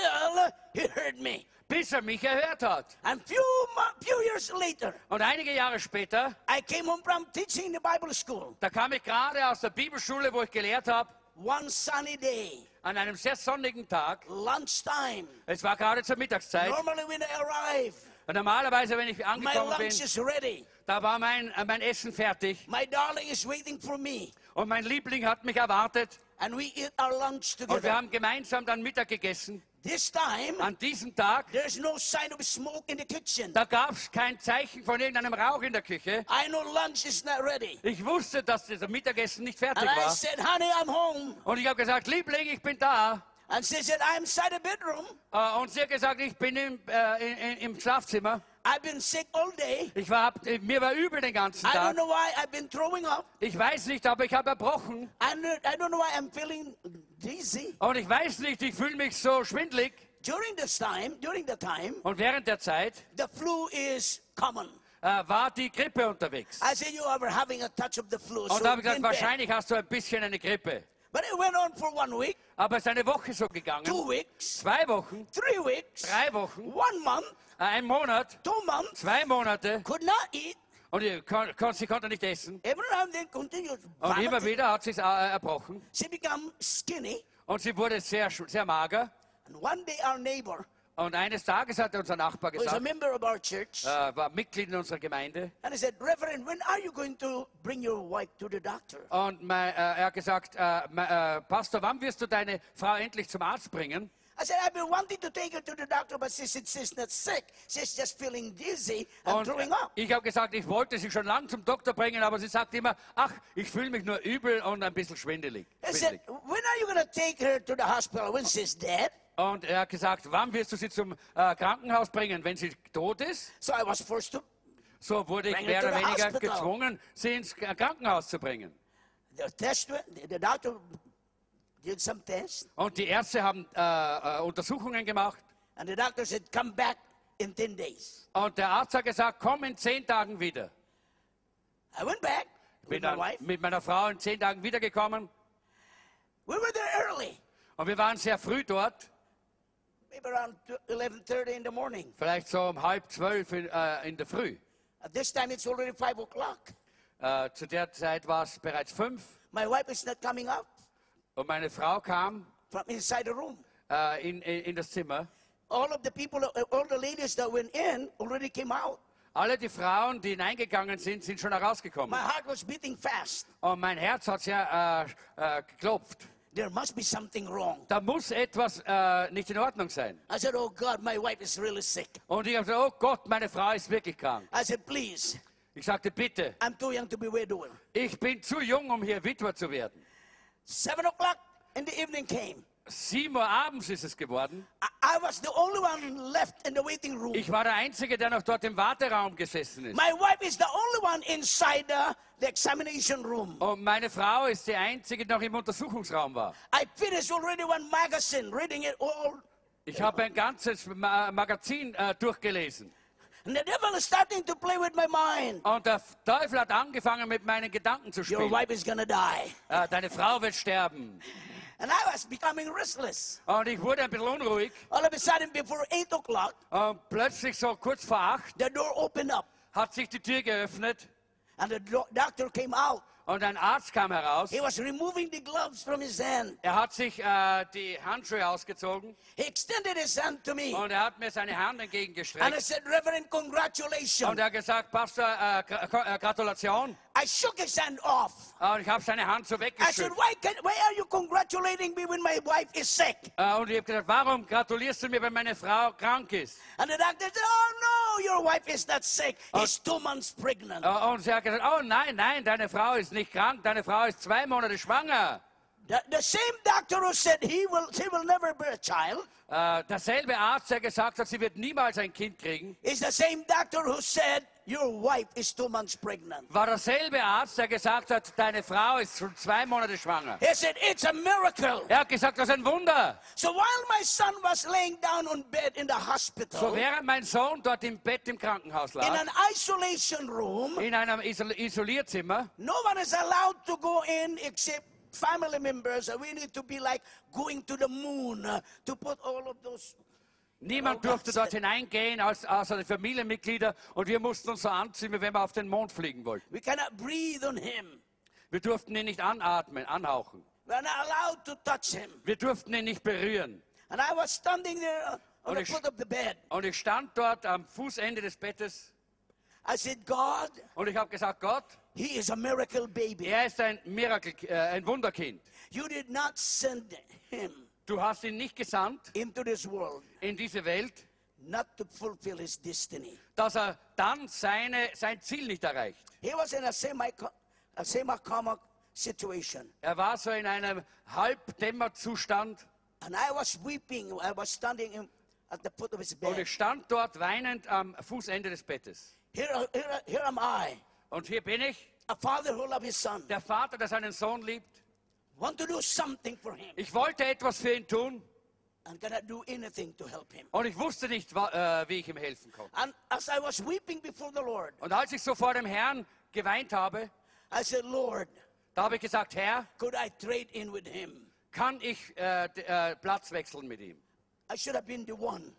Speaker 2: he heard me.
Speaker 1: bis er mich erhört hat.
Speaker 2: And few mo- few years later,
Speaker 1: Und einige Jahre später,
Speaker 2: I came home from teaching the Bible school.
Speaker 1: da kam ich gerade aus der Bibelschule, wo ich gelehrt habe,
Speaker 2: One sunny day,
Speaker 1: an einem sehr sonnigen Tag.
Speaker 2: lunchtime.
Speaker 1: Es war gerade zur Mittagszeit.
Speaker 2: Normally when I arrive,
Speaker 1: Und normalerweise, wenn ich
Speaker 2: my
Speaker 1: angekommen
Speaker 2: lunch
Speaker 1: bin,
Speaker 2: is ready.
Speaker 1: da war mein, äh, mein Essen fertig.
Speaker 2: My darling is waiting for me.
Speaker 1: Und mein Liebling hat mich erwartet.
Speaker 2: And we eat our lunch
Speaker 1: Und wir
Speaker 2: together.
Speaker 1: haben gemeinsam dann Mittag gegessen.
Speaker 2: This time,
Speaker 1: An diesem Tag,
Speaker 2: there's no sign of smoke in the kitchen.
Speaker 1: da gab es kein Zeichen von irgendeinem Rauch in der Küche.
Speaker 2: I know lunch is not ready.
Speaker 1: Ich wusste, dass das Mittagessen nicht fertig
Speaker 2: And I
Speaker 1: war.
Speaker 2: said, honey, I'm home.
Speaker 1: Und ich habe gesagt, Liebling, ich bin da.
Speaker 2: And she said, I'm inside the bedroom.
Speaker 1: Äh, Und sie hat gesagt, ich bin im, äh, in- in- im Schlafzimmer.
Speaker 2: I've been sick all day.
Speaker 1: Ich war, hab- mir war übel den ganzen
Speaker 2: I don't
Speaker 1: Tag.
Speaker 2: know why I've been throwing up.
Speaker 1: Ich weiß nicht, aber ich habe erbrochen.
Speaker 2: I don't, I don't know why I'm feeling dizzy.
Speaker 1: Und ich weiß nicht, ich fühle mich so schwindlig.
Speaker 2: During this time, during the time,
Speaker 1: Und während der Zeit
Speaker 2: the flu is common.
Speaker 1: äh, war die Grippe unterwegs.
Speaker 2: I said, you are having a touch of the flu.
Speaker 1: Und da habe ich
Speaker 2: in
Speaker 1: gesagt,
Speaker 2: bed.
Speaker 1: wahrscheinlich hast du ein bisschen eine Grippe.
Speaker 2: But it went on for one week,
Speaker 1: Aber es ist eine Woche so gegangen.
Speaker 2: two weeks,
Speaker 1: Zwei Wochen,
Speaker 2: three weeks,
Speaker 1: drei Wochen,
Speaker 2: one month,
Speaker 1: äh, ein Monat,
Speaker 2: two months.
Speaker 1: zwei Monate.
Speaker 2: Could not eat.
Speaker 1: Und ich kon kon sie konnte nicht essen.
Speaker 2: Every now and then continued.
Speaker 1: Und immer
Speaker 2: vomiting.
Speaker 1: wieder hat sie es äh, erbrochen.
Speaker 2: She became skinny.
Speaker 1: Und sie wurde sehr, sch- sehr mager.
Speaker 2: And one day our neighbor,
Speaker 1: Und eines Tages hat unser Nachbar
Speaker 2: who is a
Speaker 1: gesagt,
Speaker 2: member of our church,
Speaker 1: äh, war Mitglied in unserer Gemeinde.
Speaker 2: and he said, Reverend, when are you going to bring your wife to the doctor?
Speaker 1: Und mein, äh, er hat gesagt, äh, mein, äh, Pastor, wann wirst du deine Frau endlich zum Arzt bringen?
Speaker 2: I said, I've been wanting to take her to the doctor, but she said she's not sick. She's just feeling dizzy and
Speaker 1: Und
Speaker 2: throwing up.
Speaker 1: ich habe gesagt, ich wollte sie schon lange zum Doktor bringen, aber sie sagt immer, ach, ich fühle mich nur übel und ein bisschen schwindelig.
Speaker 2: I said,
Speaker 1: schwindelig.
Speaker 2: when are you going to take her to the hospital when she's dead?
Speaker 1: Und er hat gesagt, wann wirst du sie zum äh, Krankenhaus bringen, wenn sie tot ist?
Speaker 2: So I was forced to.
Speaker 1: So wurde ich
Speaker 2: Bring
Speaker 1: mehr
Speaker 2: her to
Speaker 1: oder
Speaker 2: the
Speaker 1: weniger
Speaker 2: hospital.
Speaker 1: gezwungen, sie ins K- Krankenhaus zu bringen.
Speaker 2: The test, went- the- the doctor did some tests,
Speaker 1: Und die Ärzte haben äh, äh, Untersuchungen gemacht
Speaker 2: and the doctor said, come back in 10 days.
Speaker 1: und der Arzt hat gesagt, komm in zehn Tagen wieder.
Speaker 2: I went back
Speaker 1: Bin
Speaker 2: with my
Speaker 1: dann
Speaker 2: wife.
Speaker 1: mit meiner Frau in zehn Tagen wiedergekommen
Speaker 2: We were there early,
Speaker 1: und wir waren sehr früh dort,
Speaker 2: maybe around 11.30 in the morning.
Speaker 1: vielleicht so um halb zwölf in, äh, in der Früh.
Speaker 2: At this time, it's already 5 o'clock.
Speaker 1: Äh, zu der Zeit war es bereits fünf
Speaker 2: My wife is not coming up
Speaker 1: und meine Frau kam
Speaker 2: from inside the room.
Speaker 1: äh, in, in, in das Zimmer.
Speaker 2: All of the people, uh, all the ladies that went in already came out.
Speaker 1: Alle die Frauen, die hineingegangen sind, sind schon
Speaker 2: My
Speaker 1: herausgekommen.
Speaker 2: heart was beating fast.
Speaker 1: Und mein Herz hat sehr äh, äh, geklopft.
Speaker 2: There must be something wrong.
Speaker 1: Da muss etwas äh, nicht in Ordnung sein.
Speaker 2: I said, Oh God, my wife is really sick.
Speaker 1: Und ich habe gesagt, oh Gott, meine Frau ist wirklich krank.
Speaker 2: I said, Please,
Speaker 1: Ich sagte, bitte,
Speaker 2: I'm too young to be widower.
Speaker 1: ich bin zu jung, um hier Witwer zu werden.
Speaker 2: Seven o'clock in the evening came.
Speaker 1: Sieben Uhr abends ist es geworden.
Speaker 2: I, I was the only one left in the waiting room.
Speaker 1: Ich war der Einzige, der noch dort im Warteraum gesessen ist.
Speaker 2: My wife is the only one inside the, the examination room.
Speaker 1: Und meine Frau ist die Einzige, die noch im Untersuchungsraum war.
Speaker 2: I finished already one magazine, reading it all.
Speaker 1: Ich habe ein ganzes Ma Magazin äh, durchgelesen.
Speaker 2: And the devil is starting to play with my mind.
Speaker 1: Und der Teufel hat angefangen, mit meinen Gedanken zu
Speaker 2: Your
Speaker 1: spielen.
Speaker 2: wife is gonna die.
Speaker 1: Äh, deine Frau wird sterben.
Speaker 2: And I was becoming restless.
Speaker 1: Und ich wurde ein bisschen unruhig.
Speaker 2: All of a sudden, before eight o'clock,
Speaker 1: Und plötzlich, so kurz vor acht,
Speaker 2: the door opened up
Speaker 1: hat sich die Tür geöffnet
Speaker 2: and the do- doctor came out.
Speaker 1: und ein Arzt kam heraus.
Speaker 2: He was removing the gloves from his hand.
Speaker 1: Er hat sich äh, die Handschuhe ausgezogen
Speaker 2: He extended his hand to me.
Speaker 1: und er hat mir seine Hand
Speaker 2: And I
Speaker 1: entgegengestreckt.
Speaker 2: said, Reverend, congratulations.
Speaker 1: Und er hat gesagt, Pastor, äh, Gra- Ko- äh, Gratulation.
Speaker 2: I shook his hand off.
Speaker 1: Äh, Und ich habe seine Hand so
Speaker 2: I said,
Speaker 1: weggeschüttelt.
Speaker 2: why, can, why are you congratulating me when my wife is sick?
Speaker 1: Äh, und ich habe gesagt, warum gratulierst du mir, wenn meine Frau krank ist?
Speaker 2: And the doctor said, oh no, your wife is not sick. He's two months
Speaker 1: Oh,
Speaker 2: pregnant.
Speaker 1: Äh, und sie hat gesagt, oh nein, nein, deine Frau ist nicht krank, deine Frau ist zwei Monate schwanger.
Speaker 2: The, the same doctor who said he will, she will never bear a child
Speaker 1: Äh, derselbe Arzt, der gesagt hat, sie wird niemals ein Kind kriegen,
Speaker 2: is the same doctor who said your wife is two months pregnant.
Speaker 1: war derselbe Arzt, der gesagt hat, deine Frau ist schon zwei Monate schwanger.
Speaker 2: He said, It's a miracle.
Speaker 1: Er hat gesagt, das ist ein Wunder.
Speaker 2: So while my son was laying down on bed in the
Speaker 1: So
Speaker 2: hospital, in
Speaker 1: während mein Sohn dort im Bett im Krankenhaus lag,
Speaker 2: an isolation room,
Speaker 1: in einem Isol Isolierzimmer,
Speaker 2: no one is allowed to go in except family members. We need to be like going to the moon uh, to put all of those.
Speaker 1: niemand durfte dort hineingehen, als- außer die Familienmitglieder. Und wir mussten uns so anziehen, wie wenn wir auf den Mond fliegen wollten.
Speaker 2: We cannot breathe on him.
Speaker 1: Wir durften ihn nicht anatmen, anhauchen.
Speaker 2: We are not allowed to touch him.
Speaker 1: Wir durften ihn nicht berühren.
Speaker 2: And I was standing there uh, on the
Speaker 1: Only sh-
Speaker 2: foot of the bed.
Speaker 1: Und ich stand dort am Fußende des Bettes
Speaker 2: I said, God,
Speaker 1: und ich habe gesagt, Gott,
Speaker 2: he is a miracle baby.
Speaker 1: er ist ein Miracle, äh, ein Wunderkind.
Speaker 2: You did not send him
Speaker 1: Du hast ihn nicht gesandt
Speaker 2: into this world
Speaker 1: in diese Welt,
Speaker 2: not to fulfill his destiny.
Speaker 1: dass er dann seine, sein Ziel nicht erreicht.
Speaker 2: He was in a semi a semi-coma situation.
Speaker 1: Er war so in einem Halbdämmerzustand
Speaker 2: And I was weeping. I was standing in, at the foot of his
Speaker 1: und
Speaker 2: bed.
Speaker 1: ich stand dort weinend am Fußende des Bettes.
Speaker 2: Here, here, here am I,
Speaker 1: Und hier bin ich,
Speaker 2: a father who loves his son.
Speaker 1: der Vater, der seinen Sohn liebt.
Speaker 2: Want to do something for him
Speaker 1: Ich wollte etwas für ihn tun
Speaker 2: and cannot do anything to help him.
Speaker 1: und ich wusste nicht, wa- äh, wie ich ihm helfen konnte.
Speaker 2: And as I was weeping before the Lord,
Speaker 1: Und als ich so vor dem Herrn geweint habe,
Speaker 2: I said, Lord,
Speaker 1: da habe ich gesagt, Herr,
Speaker 2: could I trade in with him?
Speaker 1: kann ich äh, d- äh, Platz wechseln mit ihm?
Speaker 2: I should have been the one.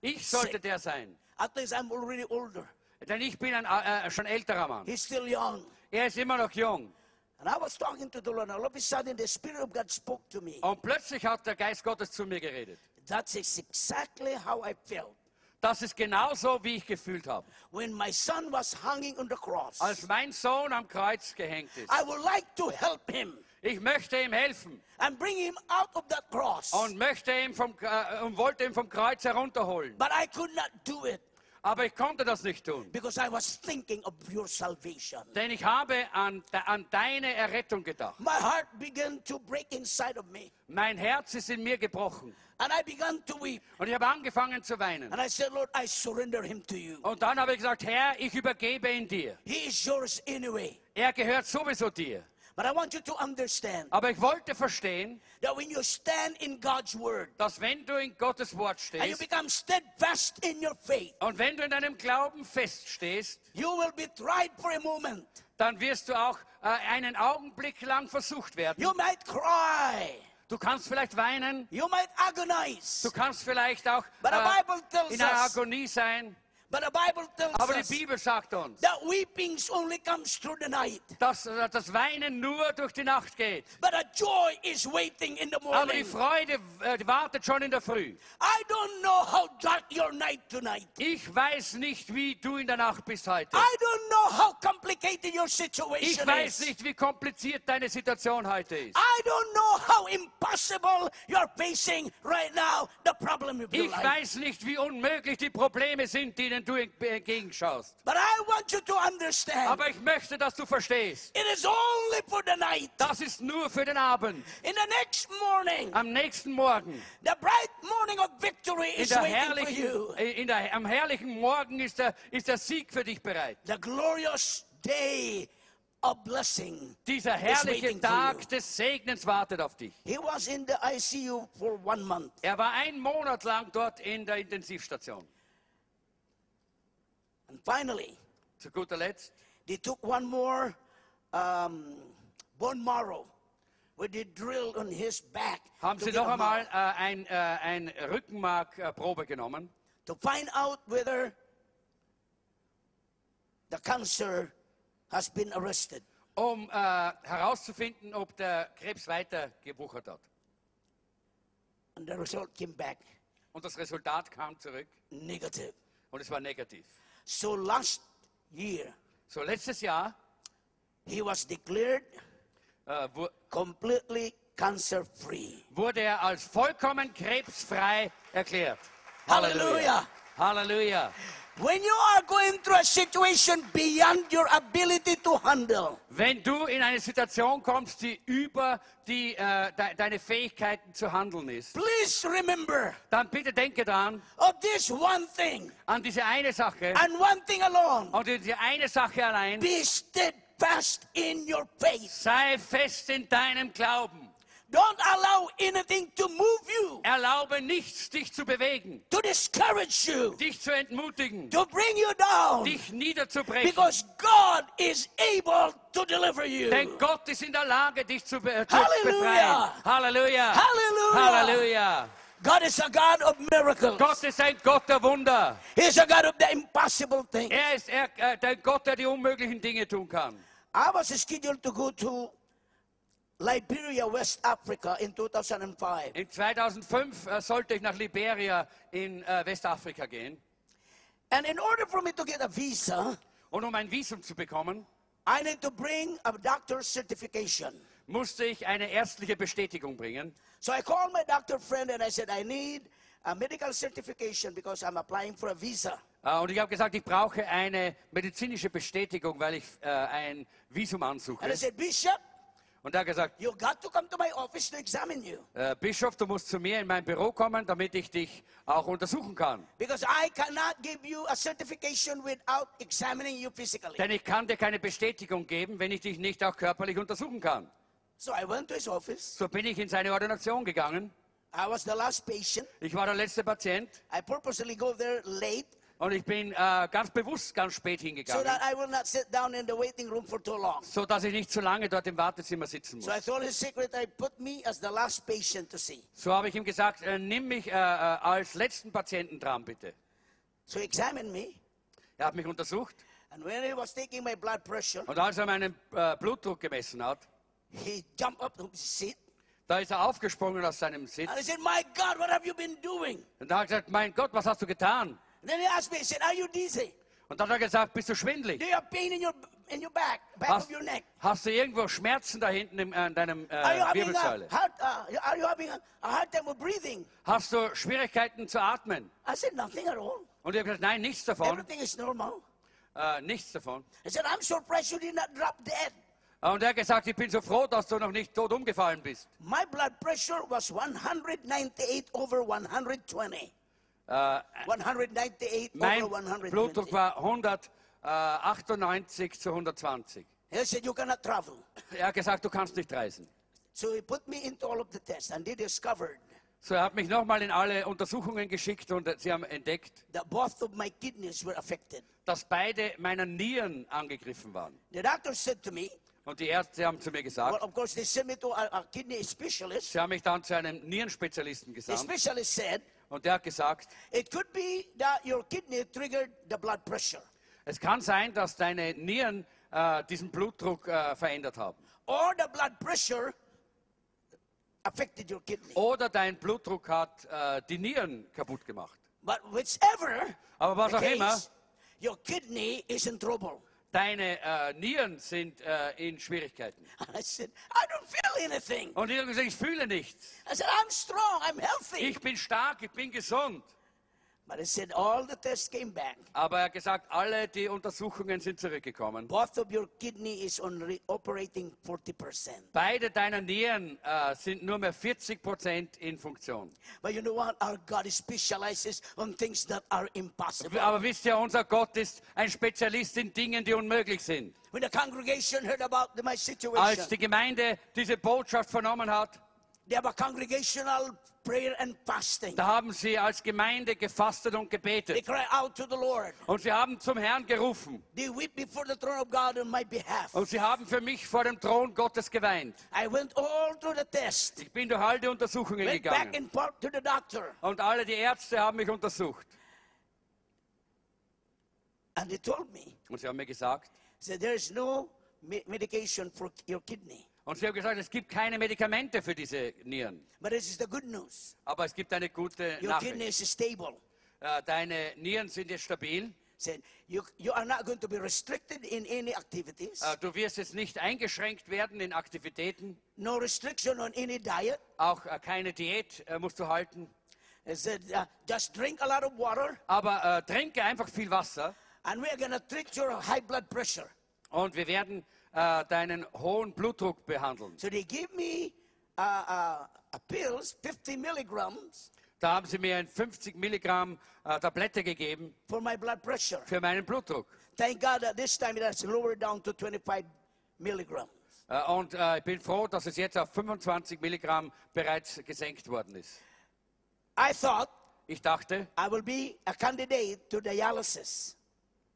Speaker 1: Ich sollte der sein,
Speaker 2: At least I'm already older.
Speaker 1: denn ich bin ein äh, äh, schon älterer Mann.
Speaker 2: He's still young.
Speaker 1: Er ist immer noch jung.
Speaker 2: And I was talking to the Lord, and all of a sudden the Spirit of God spoke to me.
Speaker 1: Und plötzlich hat der Geist Gottes zu mir geredet.
Speaker 2: That is exactly how I felt
Speaker 1: Das ist genauso, wie ich gefühlt habe.
Speaker 2: when my son was hanging on the cross.
Speaker 1: Als mein Sohn am Kreuz gehängt ist.
Speaker 2: I would like to help him
Speaker 1: Ich möchte ihm helfen
Speaker 2: and bring him out of that cross,
Speaker 1: und, möchte ihm vom, äh, und wollte ihn vom Kreuz herunterholen.
Speaker 2: but I could not do it
Speaker 1: Aber ich konnte das nicht tun.
Speaker 2: because I was thinking of your salvation.
Speaker 1: Denn ich habe an, de an deine Errettung gedacht.
Speaker 2: My heart began to break inside of me,
Speaker 1: Mein Herz ist in mir gebrochen.
Speaker 2: and I began to weep.
Speaker 1: Und ich habe angefangen zu weinen.
Speaker 2: And I said, Lord, I surrender him to you.
Speaker 1: Und dann habe ich gesagt, Herr, ich übergebe ihn dir.
Speaker 2: He is yours anyway.
Speaker 1: Er gehört sowieso dir.
Speaker 2: But I want you to understand
Speaker 1: Aber ich wollte verstehen,
Speaker 2: that when you stand in God's word
Speaker 1: dass wenn du in Gottes Wort
Speaker 2: and you
Speaker 1: stehst
Speaker 2: become steadfast in your faith,
Speaker 1: und wenn du in deinem Glauben feststehst,
Speaker 2: You will be tried for a moment.
Speaker 1: dann wirst du auch äh, einen Augenblick lang versucht werden.
Speaker 2: You might cry.
Speaker 1: Du kannst vielleicht weinen,
Speaker 2: You might agonize.
Speaker 1: du kannst vielleicht auch äh,
Speaker 2: But the Bible tells
Speaker 1: in einer
Speaker 2: us-
Speaker 1: Agonie sein.
Speaker 2: But the Bible tells
Speaker 1: Aber die
Speaker 2: us
Speaker 1: Bibel sagt uns,
Speaker 2: that weepings only comes through the night.
Speaker 1: dass äh, das Weinen nur durch die Nacht geht.
Speaker 2: But a joy is waiting in the
Speaker 1: Aber die
Speaker 2: morning.
Speaker 1: Freude äh, die wartet schon in der Früh.
Speaker 2: I don't know how dark your night tonight.
Speaker 1: Ich weiß nicht, wie du in der Nacht bist heute.
Speaker 2: I don't know how complicated your
Speaker 1: Ich
Speaker 2: situation
Speaker 1: weiß
Speaker 2: is.
Speaker 1: nicht, wie kompliziert deine Situation heute ist.
Speaker 2: I don't know how impossible you're facing right now the problem of your
Speaker 1: Ich
Speaker 2: life.
Speaker 1: weiß nicht, wie unmöglich die Probleme sind, denen du entge- entgegenschaust.
Speaker 2: But I want you to understand
Speaker 1: Aber ich möchte, dass du verstehst.
Speaker 2: it is only for the night.
Speaker 1: Das ist nur für den Abend.
Speaker 2: In the next morning,
Speaker 1: Am nächsten Morgen,
Speaker 2: The bright morning of victory
Speaker 1: in
Speaker 2: is
Speaker 1: der
Speaker 2: waiting for
Speaker 1: herrlichen, äh,
Speaker 2: you.
Speaker 1: in der, am herrlichen Morgen ist der, ist der Sieg für dich bereit.
Speaker 2: The glorious day of blessing.
Speaker 1: Dieser
Speaker 2: waiting
Speaker 1: herrliche
Speaker 2: for you.
Speaker 1: Tag des Segnens wartet auf dich.
Speaker 2: He was in the ICU for one month.
Speaker 1: Er war einen Monat lang dort in der Intensivstation.
Speaker 2: And finally,
Speaker 1: Zu guter Letzt,
Speaker 2: they took one more um, bone marrow where they drilled on his back
Speaker 1: haben
Speaker 2: to,
Speaker 1: sie
Speaker 2: get
Speaker 1: noch
Speaker 2: a mark,
Speaker 1: einmal äh, ein, äh, ein Rückenmarkprobe genommen,
Speaker 2: to find out whether the cancer has been arrested.
Speaker 1: um äh, herauszufinden, ob der Krebs weiter gewuchert hat.
Speaker 2: And the result came back
Speaker 1: Und das Resultat kam zurück
Speaker 2: negative.
Speaker 1: und es war negativ.
Speaker 2: So last year,
Speaker 1: So letztes Jahr
Speaker 2: he was declared
Speaker 1: äh, wu
Speaker 2: completely cancer free.
Speaker 1: wurde er als vollkommen krebsfrei erklärt.
Speaker 2: Halleluja.
Speaker 1: Halleluja.
Speaker 2: When you are going through a situation beyond your ability to handle,
Speaker 1: Wenn du in eine Situation kommst, die über die, äh, de deine Fähigkeiten zu handeln ist,
Speaker 2: please remember
Speaker 1: dann bitte denke daran,
Speaker 2: of this one thing
Speaker 1: an diese eine Sache
Speaker 2: and one thing alone.
Speaker 1: und in diese eine Sache allein.
Speaker 2: Be steadfast in your faith.
Speaker 1: Sei fest in deinem Glauben.
Speaker 2: Don't allow anything to move you,
Speaker 1: Erlaube nichts, dich zu bewegen,
Speaker 2: to discourage you,
Speaker 1: dich zu entmutigen,
Speaker 2: to bring you down.
Speaker 1: dich niederzubrechen.
Speaker 2: Because God is able to deliver you.
Speaker 1: Denn Gott ist in der Lage, dich zu, be zu
Speaker 2: Halleluja!
Speaker 1: befreien. Halleluja!
Speaker 2: Halleluja!
Speaker 1: Halleluja!
Speaker 2: God is a God of miracles.
Speaker 1: Gott ist ein Gott der Wunder.
Speaker 2: He's a God of the impossible thing.
Speaker 1: Er ist er, äh, der Gott, der die unmöglichen Dinge tun kann.
Speaker 2: I was scheduled to go to Liberia, West Africa in 2005.
Speaker 1: Im 2005 äh, sollte ich nach Liberia in äh, Westafrika gehen.
Speaker 2: And in order for me to get a visa,
Speaker 1: Und um ein Visum zu bekommen,
Speaker 2: I need to bring a doctor's certification.
Speaker 1: musste ich eine ärztliche Bestätigung bringen.
Speaker 2: So I called my doctor friend and I said, I need a medical certification because I'm applying for a visa.
Speaker 1: Äh, und ich habe gesagt, ich brauche eine medizinische Bestätigung, weil ich äh, ein Visum
Speaker 2: And I
Speaker 1: ansuche.
Speaker 2: said, Bishop,
Speaker 1: Und er hat gesagt,
Speaker 2: you got to come to my office to examine you
Speaker 1: äh, Bischof, du musst zu mir in mein Büro kommen, damit ich dich auch untersuchen kann.
Speaker 2: because I cannot give you a certification without examining you physically.
Speaker 1: Denn ich kann dir keine Bestätigung geben, wenn ich dich nicht auch körperlich untersuchen kann.
Speaker 2: So I went to his office.
Speaker 1: So bin ich in seine Ordination gegangen.
Speaker 2: I was the last patient.
Speaker 1: Ich war der letzte Patient
Speaker 2: I purposely go there late
Speaker 1: und ich bin äh, ganz bewusst ganz spät
Speaker 2: so
Speaker 1: hingegangen.
Speaker 2: that I will not sit down in the waiting room for too long.
Speaker 1: so dass ich nicht zu lange dort im Wartezimmer sitzen muss.
Speaker 2: So I told his secretary, put me as the last patient to see.
Speaker 1: So habe ich ihm gesagt, äh, nimm mich äh, äh, als letzten Patienten dran, bitte.
Speaker 2: So he examined me.
Speaker 1: Er hat mich untersucht
Speaker 2: And when he was taking my blood pressure,
Speaker 1: und als er meinen äh, Blutdruck gemessen hat,
Speaker 2: he jumped up from his seat
Speaker 1: da ist er aufgesprungen aus seinem
Speaker 2: and he
Speaker 1: Sitz
Speaker 2: said, My God, what have you been doing?
Speaker 1: und da hat er gesagt, mein Gott, was hast du getan?
Speaker 2: And then he asked me, he said, Are you dizzy?
Speaker 1: Und dann hat er gesagt, bist du
Speaker 2: Do
Speaker 1: schwindelig?
Speaker 2: you have pain in your in your back, back
Speaker 1: Hast,
Speaker 2: of your neck?
Speaker 1: hast du irgendwo Schmerzen da hinten im, äh, in deinem
Speaker 2: Are you
Speaker 1: äh,
Speaker 2: having
Speaker 1: Wirbelsäule?
Speaker 2: a hard, uh, are you having a, a hard time with breathing?
Speaker 1: Hast du Schwierigkeiten zu atmen?
Speaker 2: I said, Nothing at all.
Speaker 1: Und ich habe gesagt, nein, nichts davon,
Speaker 2: Everything is normal.
Speaker 1: äh, nichts davon.
Speaker 2: I said, I'm surprised you did not drop dead.
Speaker 1: Und er hat gesagt, ich bin so froh, dass du noch nicht tot umgefallen bist.
Speaker 2: My blood pressure was 198 over 120.
Speaker 1: Äh,
Speaker 2: 198
Speaker 1: Mein
Speaker 2: over 120.
Speaker 1: Blutdruck war 198 zu 120.
Speaker 2: He said, You cannot travel.
Speaker 1: Er hat gesagt, du kannst nicht reisen.
Speaker 2: So he put me into all of the tests and they discovered
Speaker 1: So, er hat mich nochmal in alle Untersuchungen geschickt und äh, sie haben entdeckt,
Speaker 2: that both of my kidneys were affected.
Speaker 1: dass beide meiner Nieren angegriffen waren.
Speaker 2: The doctor said to me,
Speaker 1: Und die Ärzte haben zu mir
Speaker 2: well,
Speaker 1: gesagt,
Speaker 2: of course, they sent me to a, a kidney specialist.
Speaker 1: sie haben mich dann zu einem Nierenspezialisten
Speaker 2: The
Speaker 1: gesandt
Speaker 2: specialist said,
Speaker 1: und der hat gesagt,
Speaker 2: it could be that your kidney triggered the blood pressure,
Speaker 1: es kann sein, dass deine Nieren äh, diesen Blutdruck äh, verändert haben.
Speaker 2: or the blood pressure affected your kidney.
Speaker 1: Oder dein Blutdruck hat äh, die Nieren kaputt gemacht.
Speaker 2: But whichever
Speaker 1: Aber was
Speaker 2: the
Speaker 1: auch immer,
Speaker 2: case, your kidney is in trouble.
Speaker 1: deine äh, Nieren sind äh, in Schwierigkeiten.
Speaker 2: I said, I don't feel anything.
Speaker 1: Und ich habe gesagt, ich fühle nichts.
Speaker 2: I said, I'm strong, I'm healthy.
Speaker 1: Ich bin stark, ich bin gesund.
Speaker 2: But he said, all the tests came back.
Speaker 1: Aber er hat gesagt, alle die Untersuchungen sind zurückgekommen.
Speaker 2: Both of your kidney is only operating 40%.
Speaker 1: Beide deiner Nieren äh, sind nur mehr 40 Prozent in Funktion.
Speaker 2: But you know what? Our God specializes on things that are impossible.
Speaker 1: Aber wisst ihr, unser Gott ist ein Spezialist in Dingen, die unmöglich sind.
Speaker 2: When the congregation heard about the- my situation,
Speaker 1: Als die Gemeinde diese Botschaft vernommen hat,
Speaker 2: they have a congregational prayer and fasting.
Speaker 1: da haben sie als Gemeinde gefastet und
Speaker 2: They
Speaker 1: gebetet.
Speaker 2: cry out to the Lord.
Speaker 1: Und sie haben zum Herrn gerufen.
Speaker 2: They weep before the throne of God on my behalf.
Speaker 1: Und sie haben für mich vor dem Thron Gottes geweint.
Speaker 2: I went all through the test,
Speaker 1: Ich bin durch all die Untersuchungen
Speaker 2: went back
Speaker 1: gegangen.
Speaker 2: and forth to the doctor,
Speaker 1: Und alle die Ärzte haben mich untersucht.
Speaker 2: and they told me,
Speaker 1: Und sie haben mir gesagt,
Speaker 2: said, there is no me- medication for your kidney.
Speaker 1: und sie haben gesagt, es gibt keine Medikamente für diese Nieren.
Speaker 2: But this is the good news.
Speaker 1: Aber es gibt eine gute
Speaker 2: Your kidney
Speaker 1: Nachricht.
Speaker 2: is stable.
Speaker 1: Äh, Deine Nieren sind jetzt stabil.
Speaker 2: Said, you, you are not going to be restricted in any activities,
Speaker 1: Äh, Du wirst jetzt nicht eingeschränkt werden in Aktivitäten.
Speaker 2: no restriction on any diet,
Speaker 1: Auch äh, keine Diät äh, musst du halten.
Speaker 2: He said, uh, just drink a lot of water
Speaker 1: Aber äh, trinke einfach viel Wasser
Speaker 2: and we're going to treat your high blood pressure.
Speaker 1: und wir werden äh, deinen hohen Blutdruck behandeln.
Speaker 2: So they gave me uh, uh, a pills, 50 milligrams
Speaker 1: Da haben sie mir ein 50 Milligramm äh, Tablette gegeben
Speaker 2: for my blood pressure.
Speaker 1: für meinen Blutdruck.
Speaker 2: Thank God that this time it has lowered down to 25 milligrams.
Speaker 1: Äh, und äh, ich bin froh, dass es jetzt auf 25 Milligramm bereits gesenkt worden ist.
Speaker 2: I thought
Speaker 1: Ich dachte,
Speaker 2: I will be a candidate to dialysis.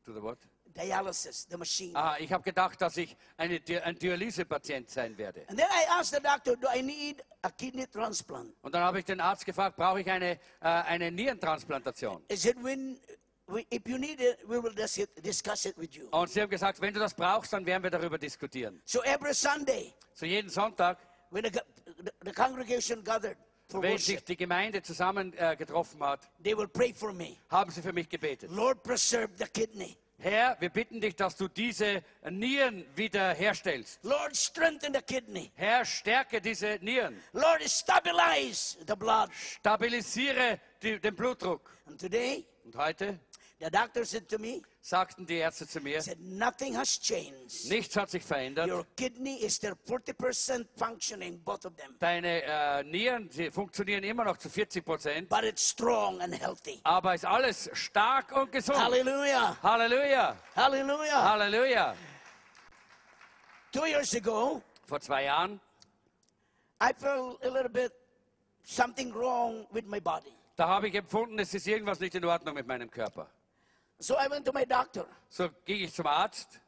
Speaker 1: to the what?
Speaker 2: Dialysis, the machine.
Speaker 1: Ah, ich habe gedacht, dass ich eine, Di- ein Dialysepatient sein werde.
Speaker 2: and then I asked the doctor, do I need a kidney transplant?
Speaker 1: Und dann habe ich den Arzt gefragt, brauche ich eine, äh, eine Nierentransplantation?
Speaker 2: He said, when, we, if you need it, we will dis- discuss it with you.
Speaker 1: Und sie haben gesagt, wenn du das brauchst, dann werden wir darüber diskutieren.
Speaker 2: So every Sunday,
Speaker 1: So jeden Sonntag,
Speaker 2: when the, co- the, the congregation gathered for
Speaker 1: wenn
Speaker 2: worship,
Speaker 1: sich die Gemeinde zusammen äh, getroffen hat,
Speaker 2: they will pray for me.
Speaker 1: haben sie für mich gebetet.
Speaker 2: Lord, preserve the kidney.
Speaker 1: Herr, wir bitten dich, dass du diese Nieren wiederherstellst.
Speaker 2: Lord, strengthen the kidney.
Speaker 1: Herr, stärke diese Nieren.
Speaker 2: Lord, stabilize the blood.
Speaker 1: Stabilisiere die, den Blutdruck.
Speaker 2: And today,
Speaker 1: Und heute
Speaker 2: the doctor said to me,
Speaker 1: sagten die Ärzte zu mir,
Speaker 2: said, nothing has changed.
Speaker 1: nichts hat sich verändert.
Speaker 2: Your kidney is still 40% functioning, both of them.
Speaker 1: Deine äh, Nieren sie funktionieren immer noch zu 40 Prozent,
Speaker 2: But it's strong and healthy.
Speaker 1: aber ist alles stark und gesund.
Speaker 2: Hallelujah.
Speaker 1: Halleluja,
Speaker 2: Hallelujah.
Speaker 1: Halleluja.
Speaker 2: Two years ago,
Speaker 1: Vor zwei Jahren,
Speaker 2: I felt a little bit something wrong with my body.
Speaker 1: da habe ich empfunden, es ist irgendwas nicht in Ordnung mit meinem Körper.
Speaker 2: So I went to my doctor.
Speaker 1: So ging ich zum Arzt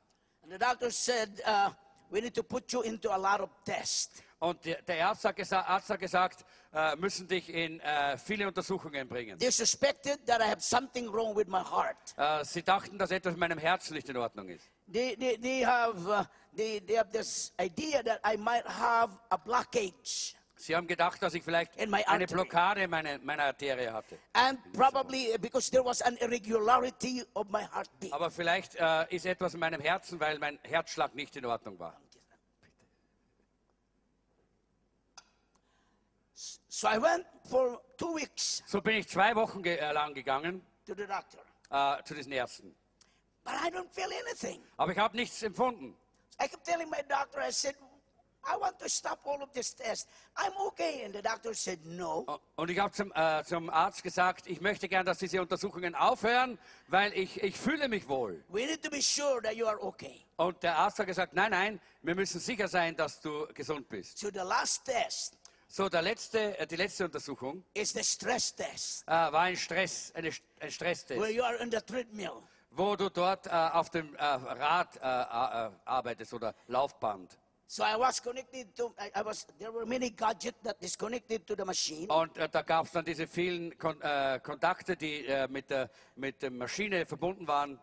Speaker 2: And the doctor said, uh, we need to put you into a lot of tests.
Speaker 1: und der, der Arzt, hat gesa- Arzt hat gesagt, äh, müssen dich in äh, viele Untersuchungen bringen.
Speaker 2: They suspected that I have something wrong with my heart.
Speaker 1: Äh, sie dachten, dass etwas in meinem Herzen nicht in Ordnung ist.
Speaker 2: They, they, they, have, uh, they, they have this idea that I might have a blockage.
Speaker 1: Sie haben gedacht, dass ich vielleicht
Speaker 2: In my
Speaker 1: eine
Speaker 2: artery.
Speaker 1: Blockade meiner meiner Arterie hatte.
Speaker 2: And probably because there was an irregularity of my heartbeat.
Speaker 1: Aber vielleicht äh, ist etwas in meinem Herzen, weil mein Herzschlag nicht in Ordnung war.
Speaker 2: So I went for two weeks
Speaker 1: So bin ich zwei Wochen ge äh, lang gegangen
Speaker 2: to the doctor.
Speaker 1: äh, zu diesen Ärzten.
Speaker 2: But I don't feel anything.
Speaker 1: Aber ich habe nichts empfunden.
Speaker 2: I kept telling my doctor, I said, I want to stop all of this test. I'm okay. And the doctor said, no.
Speaker 1: O- Und ich habe zum, äh, zum Arzt gesagt, ich möchte gern, dass diese Untersuchungen aufhören, weil ich, ich fühle mich wohl.
Speaker 2: We need to be sure that you are okay.
Speaker 1: Und der Arzt hat gesagt, nein, nein, wir müssen sicher sein, dass du gesund bist.
Speaker 2: So the last test
Speaker 1: So, der letzte, äh, die letzte Untersuchung
Speaker 2: is the stress test,
Speaker 1: äh, war ein Stress, eine, St- ein Stresstest.
Speaker 2: where you are on the treadmill.
Speaker 1: wo du dort äh, auf dem äh, Rad äh, a- äh, arbeitest oder Laufband.
Speaker 2: So I was connected to, I, I was, there were many gadgets that is connected to the machine.
Speaker 1: Und äh, da gab es dann diese vielen Kon äh, Kontakte, die äh, mit, der, mit der Maschine verbunden waren.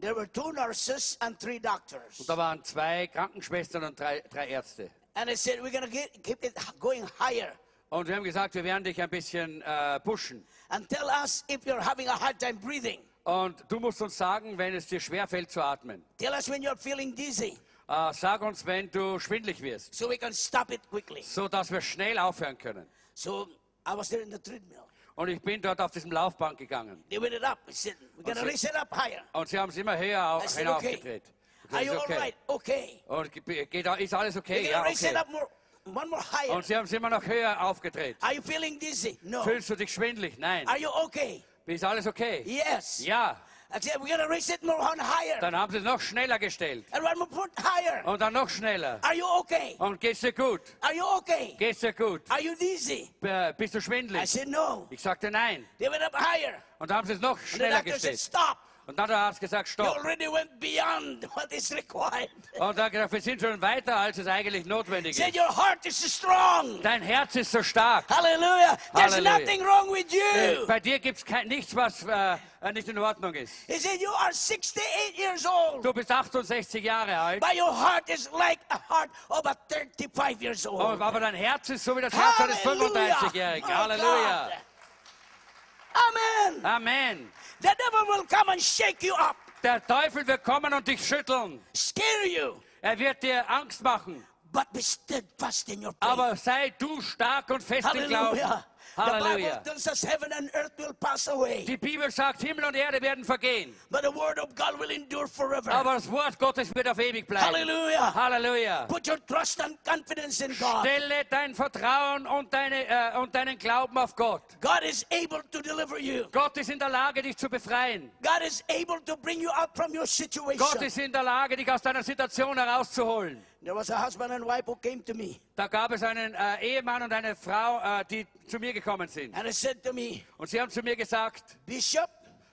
Speaker 2: There were two nurses and three doctors.
Speaker 1: Da waren zwei Krankenschwestern und drei, drei Ärzte.
Speaker 2: And I said, we're going to keep it going higher
Speaker 1: Und wir haben gesagt, wir werden dich ein bisschen äh, pushen.
Speaker 2: and tell us if you're having a hard time breathing.
Speaker 1: Und du musst uns sagen, wenn es dir schwerfällt zu atmen.
Speaker 2: Tell us when you're feeling dizzy
Speaker 1: Äh, sag uns, wenn du schwindlig wirst,
Speaker 2: so we can stop it quickly.
Speaker 1: so dass wir schnell aufhören können.
Speaker 2: So I was there in the treadmill.
Speaker 1: Und ich bin dort auf diesem Laufband gegangen.
Speaker 2: They went it up. I said, we're going to
Speaker 1: Okay.
Speaker 2: raise it up higher.
Speaker 1: Und sie haben es immer höher au-
Speaker 2: I said, okay.
Speaker 1: hinaufgedreht. Und das
Speaker 2: Are
Speaker 1: ist
Speaker 2: you all right? Okay.
Speaker 1: Und ge- geht, ist alles
Speaker 2: We're
Speaker 1: okay?
Speaker 2: going to
Speaker 1: Ja,
Speaker 2: raise it
Speaker 1: ah, okay.
Speaker 2: up more, one more higher.
Speaker 1: Und sie haben es immer noch höher aufgedreht.
Speaker 2: Are you feeling dizzy? No.
Speaker 1: Fühlst du dich schwindelig? Nein.
Speaker 2: Are you okay?
Speaker 1: Ist alles okay?
Speaker 2: Yes.
Speaker 1: Ja.
Speaker 2: I said, we're going to raise it more on higher.
Speaker 1: Dann haben sie es noch schneller gestellt.
Speaker 2: And one more foot higher.
Speaker 1: Und dann noch schneller.
Speaker 2: Are you okay?
Speaker 1: Und geht's dir gut?
Speaker 2: Are you okay?
Speaker 1: Geht's dir gut?
Speaker 2: Are you dizzy?
Speaker 1: B- Bist du
Speaker 2: I
Speaker 1: schwindelig?
Speaker 2: said, no.
Speaker 1: Ich sagte nein.
Speaker 2: They went up higher.
Speaker 1: Und dann haben sie es noch
Speaker 2: And the
Speaker 1: schneller
Speaker 2: doctor said,
Speaker 1: gestellt.
Speaker 2: stop.
Speaker 1: Und dann hat der Arzt gesagt,
Speaker 2: You
Speaker 1: stopp.
Speaker 2: already went beyond what is required.
Speaker 1: Und dann hat er gesagt, wir sind schon weiter, als es eigentlich notwendig
Speaker 2: said,
Speaker 1: ist.
Speaker 2: your heart is strong.
Speaker 1: Dein Herz ist so stark.
Speaker 2: Hallelujah. There's
Speaker 1: Hallelujah.
Speaker 2: nothing wrong with you.
Speaker 1: Bei dir gibt es nichts, was äh, nicht in Ordnung ist.
Speaker 2: He said, you are 68 years old.
Speaker 1: Du bist 68 Jahre alt.
Speaker 2: But your heart is like a heart of a 35 years
Speaker 1: Oh,
Speaker 2: old.
Speaker 1: aber dein Herz ist so wie das Herz eines
Speaker 2: Hallelujah.
Speaker 1: 35-Jährigen.
Speaker 2: My
Speaker 1: Halleluja.
Speaker 2: God. Amen.
Speaker 1: Amen.
Speaker 2: The devil will come and shake you up,
Speaker 1: Der Teufel wird kommen und dich schütteln.
Speaker 2: scare you,
Speaker 1: Er wird dir Angst machen.
Speaker 2: but be steadfast in your faith.
Speaker 1: Aber sei du stark und fest im Glauben.
Speaker 2: Hallelujah. The
Speaker 1: Hallelujah.
Speaker 2: Bible tells us heaven and earth will pass away,
Speaker 1: Die Bibel sagt, Himmel und Erde werden vergehen,
Speaker 2: but the word of God will endure forever.
Speaker 1: aber das Wort Gottes wird auf ewig bleiben.
Speaker 2: Hallelujah.
Speaker 1: Halleluja.
Speaker 2: Put your trust and confidence in God.
Speaker 1: Stelle dein Vertrauen und, deine, äh, und deinen Glauben auf Gott.
Speaker 2: God is able to deliver you.
Speaker 1: Gott ist in der Lage, dich zu befreien.
Speaker 2: God is able to bring you out from your situation.
Speaker 1: Gott ist in der Lage, dich aus deiner Situation herauszuholen.
Speaker 2: There was a husband and wife who came to me
Speaker 1: Da gab es einen äh, Ehemann und eine Frau, äh, die zu mir gekommen sind.
Speaker 2: and they said to me,
Speaker 1: Und sie haben zu mir gesagt,
Speaker 2: Bishop,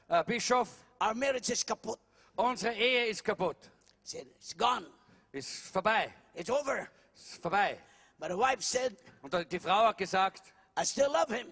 Speaker 1: äh, Bischof,
Speaker 2: our marriage is kaput.
Speaker 1: unsere Ehe ist kaputt.
Speaker 2: I said, it's gone.
Speaker 1: Ist vorbei.
Speaker 2: It's over.
Speaker 1: Ist vorbei.
Speaker 2: But the wife said,
Speaker 1: Und da- die Frau hat gesagt,
Speaker 2: I still love him,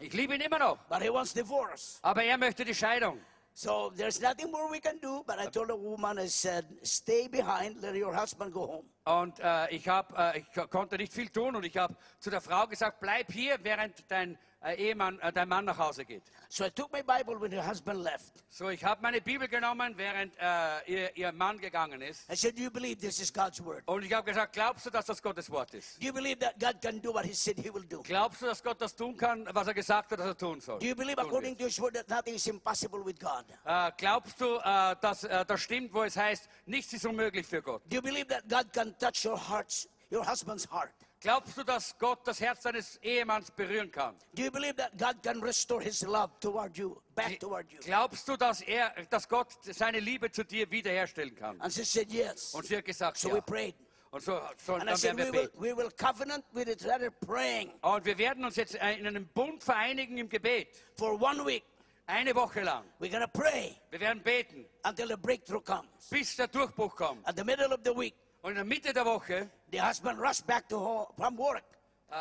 Speaker 1: ich liebe ihn immer noch,
Speaker 2: but he wants divorce.
Speaker 1: aber er möchte die Scheidung.
Speaker 2: So there's nothing more we can do. But I told the woman, I said, stay behind, let your husband go home.
Speaker 1: Und äh, ich, hab, äh, ich ko- konnte nicht viel tun und ich habe zu der Frau gesagt, bleib hier, während dein äh, Ehemann, äh, dein Mann nach Hause geht.
Speaker 2: So I took my Bible when her husband left.
Speaker 1: So, ich habe meine Bibel genommen, während äh, ihr, ihr Mann gegangen ist.
Speaker 2: I said, do you believe this is God's word?
Speaker 1: Und ich habe gesagt, glaubst du, dass das Gottes Wort ist?
Speaker 2: Do you believe that God can do what he said he will do?
Speaker 1: Glaubst du, dass Gott das tun kann, was er gesagt hat, dass er tun soll?
Speaker 2: Do you believe
Speaker 1: Tun
Speaker 2: according to his word that nothing is impossible with God?
Speaker 1: wird? Äh, glaubst du, äh, dass äh, das stimmt, wo es heißt, nichts ist unmöglich für Gott?
Speaker 2: Do you believe that God can touch your hearts, your husband's heart?
Speaker 1: Glaubst du, dass Gott das Herz deines Ehemanns berühren kann?
Speaker 2: Do you believe that God can restore his love toward you, back toward you?
Speaker 1: Glaubst du, dass, er, dass Gott seine Liebe zu dir wiederherstellen kann?
Speaker 2: And she said, yes.
Speaker 1: Und sie hat gesagt,
Speaker 2: So
Speaker 1: ja.
Speaker 2: we prayed.
Speaker 1: Und so, so
Speaker 2: And I
Speaker 1: dann
Speaker 2: said,
Speaker 1: werden wir
Speaker 2: we will,
Speaker 1: beten.
Speaker 2: we will covenant with each other praying
Speaker 1: Und wir werden uns jetzt äh, in einem Bund vereinigen im Gebet.
Speaker 2: for one week.
Speaker 1: Eine Woche lang.
Speaker 2: We're going to pray
Speaker 1: Wir werden beten,
Speaker 2: until the breakthrough comes.
Speaker 1: bis der Durchbruch kommt.
Speaker 2: At the middle of the week,
Speaker 1: Und in der Mitte der Woche
Speaker 2: the husband rushed back to home, from work,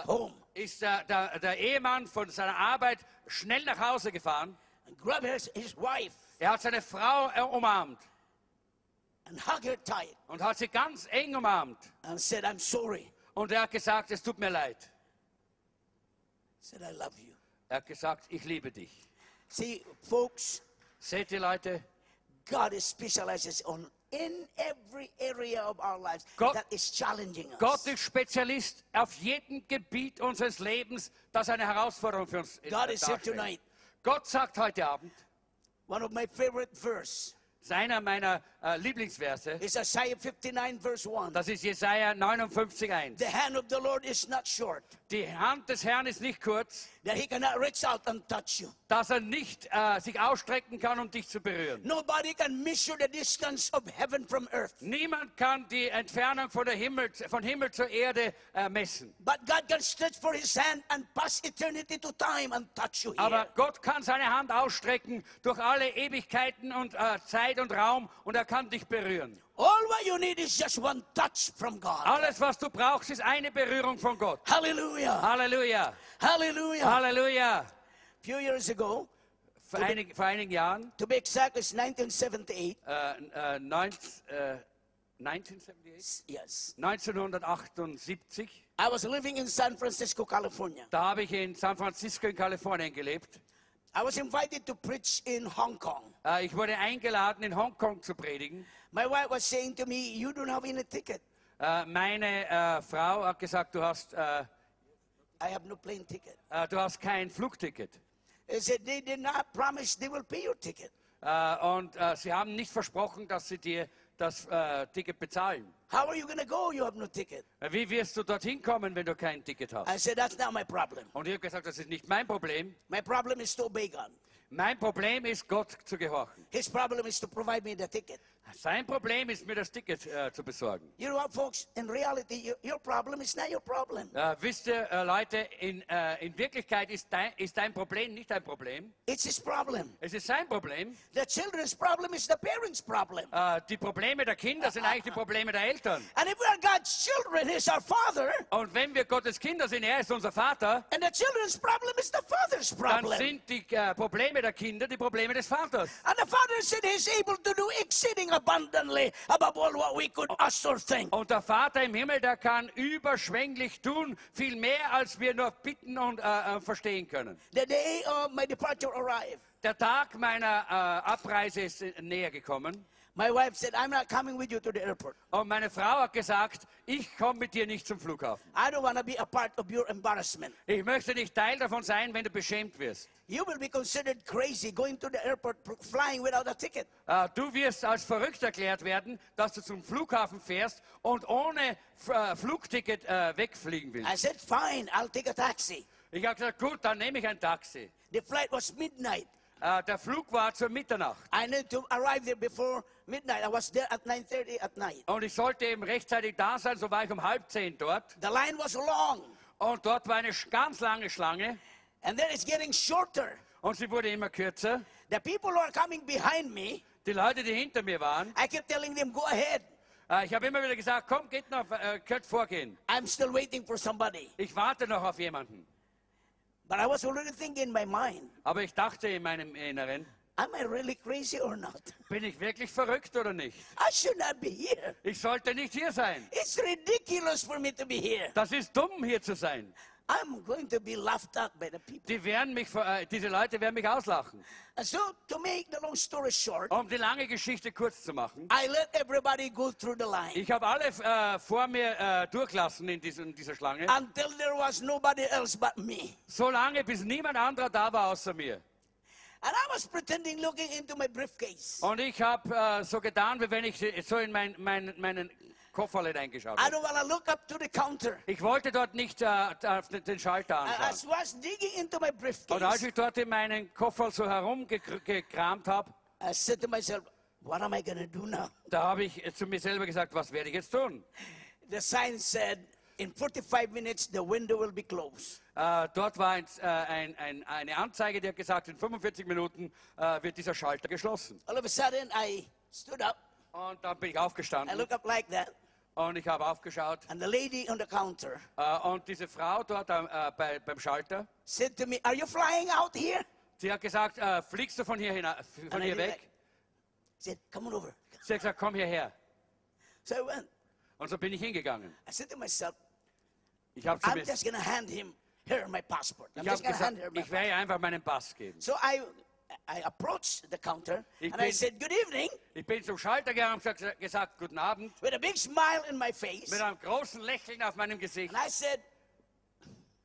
Speaker 2: home,
Speaker 1: ist der, der, der Ehemann von seiner Arbeit schnell nach Hause gefahren.
Speaker 2: and grabbed his, his wife
Speaker 1: Er hat seine Frau äh, umarmt
Speaker 2: and hugged her tight
Speaker 1: und hat sie ganz eng umarmt.
Speaker 2: and said, I'm sorry.
Speaker 1: Und er hat gesagt, es tut mir leid.
Speaker 2: said, I love you.
Speaker 1: Er hat gesagt, ich liebe dich.
Speaker 2: See, folks,
Speaker 1: Seht ihr, Leute?
Speaker 2: God is specializes on in every area of our lives
Speaker 1: Gott-
Speaker 2: that is challenging us.
Speaker 1: Gott ist Spezialist auf jedem Gebiet unseres Lebens, das eine Herausforderung für uns ist. äh,
Speaker 2: God is here
Speaker 1: darstellt.
Speaker 2: tonight.
Speaker 1: Gott sagt heute Abend,
Speaker 2: One of my favorite verse
Speaker 1: das ist einer meiner äh, Lieblingsverse,
Speaker 2: is Isaiah 59 verse 1.
Speaker 1: das ist Jesaja 59,1.
Speaker 2: The hand of the Lord is not short
Speaker 1: Die Hand des Herrn ist nicht kurz,
Speaker 2: that he cannot reach out and touch you.
Speaker 1: dass er nicht äh, sich ausstrecken kann, um dich zu berühren.
Speaker 2: Nobody can measure the distance of heaven from earth.
Speaker 1: Niemand kann die Entfernung von, der Himmel, von Himmel zur Erde äh, messen.
Speaker 2: But God can stretch for his hand and pass eternity to time and touch you here.
Speaker 1: Aber Gott kann seine Hand ausstrecken durch alle Ewigkeiten und äh, Zeit und Raum und er kann dich berühren.
Speaker 2: All what you need is just one touch from God.
Speaker 1: Alles, was du brauchst, ist eine Berührung von Gott.
Speaker 2: Hallelujah.
Speaker 1: Halleluja,
Speaker 2: Hallelujah.
Speaker 1: Halleluja.
Speaker 2: A few years ago,
Speaker 1: Vor, einig, vor einigen Jahren,
Speaker 2: to be exact, it's 1978.
Speaker 1: äh, äh, 19, äh, 1978?
Speaker 2: Yes.
Speaker 1: 1978,
Speaker 2: I was living in San Francisco, California.
Speaker 1: da habe ich in San Francisco in Kalifornien gelebt.
Speaker 2: I was invited to preach in Hong Kong.
Speaker 1: Äh, ich wurde eingeladen, in Hongkong zu predigen.
Speaker 2: My wife was saying to me, You don't have any ticket.
Speaker 1: Äh, meine äh, Frau hat gesagt, du hast, äh,
Speaker 2: I have no plane ticket.
Speaker 1: äh, du hast kein Flugticket.
Speaker 2: They said, They did not promise they will pay your ticket.
Speaker 1: Äh, und äh, sie haben nicht versprochen, dass sie dir das äh, Ticket bezahlen.
Speaker 2: How are you going to go? You have no ticket.
Speaker 1: Äh, Wie wirst du dorthin kommen, wenn du kein Ticket hast?
Speaker 2: I said, That's not my problem.
Speaker 1: Und ich habe gesagt, das ist nicht mein Problem.
Speaker 2: My problem is to obey God.
Speaker 1: Mein Problem ist, Gott zu gehorchen.
Speaker 2: His problem is to provide me the ticket.
Speaker 1: Sein Problem ist, mir das Ticket äh, zu besorgen.
Speaker 2: You know what, folks? In reality, your, your problem is not your problem.
Speaker 1: Äh, wisst ihr, äh, Leute, in, äh, in Wirklichkeit ist dein, ist dein Problem nicht dein Problem.
Speaker 2: It's his problem.
Speaker 1: Es ist sein Problem.
Speaker 2: The children's problem is the parents' problem.
Speaker 1: Äh, die Probleme der Kinder sind eigentlich die Probleme der Eltern.
Speaker 2: And if we are God's children, He's our Father,
Speaker 1: Und wenn wir Gottes Kinder sind, er ist unser Vater,
Speaker 2: and the children's problem is the Father's
Speaker 1: dann
Speaker 2: problem.
Speaker 1: sind die äh, Probleme der Kinder die Probleme des Vaters.
Speaker 2: And the Father said He's able to do exceeding abundantly above all what we could ask or think.
Speaker 1: Und der Vater im Himmel, der kann überschwänglich tun, viel mehr, als wir nur bitten und äh, äh, verstehen können.
Speaker 2: The day of my departure arrived.
Speaker 1: Der Tag meiner äh, Abreise ist äh, näher gekommen.
Speaker 2: My wife said, I'm not coming with you to the airport.
Speaker 1: Und meine Frau hat gesagt, ich komme mit dir nicht zum Flughafen.
Speaker 2: I don't want to be a part of your embarrassment.
Speaker 1: Ich möchte nicht Teil davon sein, wenn du beschämt wirst.
Speaker 2: You will be considered crazy going to the airport pr- flying without a ticket.
Speaker 1: Äh, Du wirst als verrückt erklärt werden, dass du zum Flughafen fährst und ohne F- äh, Flugticket äh, wegfliegen
Speaker 2: I
Speaker 1: willst.
Speaker 2: said, fine, I'll take a taxi.
Speaker 1: Ich habe gesagt, gut, dann nehme ich ein Taxi.
Speaker 2: The flight was midnight.
Speaker 1: Äh, Der Flug war zur Mitternacht
Speaker 2: I need to arrive there before midnight. I was there at 9.30 at night.
Speaker 1: und ich sollte eben rechtzeitig da sein, so war ich um halb zehn dort.
Speaker 2: The line was long,
Speaker 1: Und dort war eine sch- ganz lange Schlange
Speaker 2: and then it's getting shorter.
Speaker 1: und sie wurde immer kürzer.
Speaker 2: The people who are coming behind me,
Speaker 1: Die Leute, die hinter mir waren,
Speaker 2: I kept telling them, go ahead.
Speaker 1: äh, ich habe immer wieder gesagt, komm, geht noch, äh, könnt vorgehen.
Speaker 2: I'm still waiting for somebody.
Speaker 1: Ich warte noch auf jemanden.
Speaker 2: But I was already thinking in my mind,
Speaker 1: Aber ich dachte in meinem Inneren,
Speaker 2: am I really crazy or not?
Speaker 1: bin ich wirklich verrückt oder nicht?
Speaker 2: I should not be here.
Speaker 1: Ich sollte nicht hier sein.
Speaker 2: It's ridiculous for me to be here.
Speaker 1: Das ist dumm, hier zu sein.
Speaker 2: I'm going to be laughed at by the people.
Speaker 1: Die werden mich, ver- äh, diese Leute werden mich auslachen.
Speaker 2: And so, to make the long story short,
Speaker 1: Um die lange Geschichte kurz zu machen.
Speaker 2: I let everybody go through the line
Speaker 1: Ich habe alle äh, vor mir äh, durchlassen in, diesem, in dieser Schlange.
Speaker 2: until there was nobody else but me.
Speaker 1: So lange, bis niemand anderer da war außer mir.
Speaker 2: And I was pretending looking into my briefcase.
Speaker 1: Und ich habe äh, so getan, wie wenn ich so in mein, mein, meinen Kofferle reingeschaut
Speaker 2: I
Speaker 1: habe.
Speaker 2: don't want to look up to the counter.
Speaker 1: Ich wollte dort nicht äh, auf den den Schalter
Speaker 2: And as
Speaker 1: anschauen.
Speaker 2: I was digging into my
Speaker 1: Und als
Speaker 2: briefcase,
Speaker 1: ich dort in meinen Koffer so herumgekramt habe,
Speaker 2: I said to myself, what am I going to do now?
Speaker 1: da habe ich äh, zu mir selber gesagt, was werde ich jetzt tun?
Speaker 2: The sign said, in 45 minutes, the window will be closed.
Speaker 1: Äh, dort war ein, äh, ein, ein, eine Anzeige, die hat gesagt, in 45 Minuten äh, wird dieser Schalter geschlossen.
Speaker 2: All of a sudden, I stood up.
Speaker 1: Und dann bin ich
Speaker 2: I
Speaker 1: aufgestanden
Speaker 2: look up like that.
Speaker 1: und ich habe aufgeschaut.
Speaker 2: And the lady on the counter
Speaker 1: Äh, und diese Frau dort am- äh, bei, beim Schalter,
Speaker 2: said to me, Are you flying out here?
Speaker 1: sie hat gesagt, äh, fliegst du von hier, hina- f- von
Speaker 2: And I
Speaker 1: hier
Speaker 2: did
Speaker 1: weg?
Speaker 2: I said, Come on over.
Speaker 1: Sie hat gesagt, komm hierher.
Speaker 2: So I went.
Speaker 1: Und so bin ich hingegangen.
Speaker 2: I said to myself,
Speaker 1: Ich habe zu
Speaker 2: I'm
Speaker 1: mir,
Speaker 2: just going to hand him her my passport. I'm
Speaker 1: ich hab
Speaker 2: just going to
Speaker 1: gesagt,
Speaker 2: hand her my
Speaker 1: ich werde ihr einfach meinen Pass geben.
Speaker 2: So I, I approached the counter
Speaker 1: Ich
Speaker 2: and I
Speaker 1: bin-
Speaker 2: said, Good evening,
Speaker 1: Ich bin zum Schalter gegangen und gesagt, gesagt, guten Abend,
Speaker 2: with a big smile in my face.
Speaker 1: mit einem großen Lächeln auf meinem Gesicht.
Speaker 2: And I said,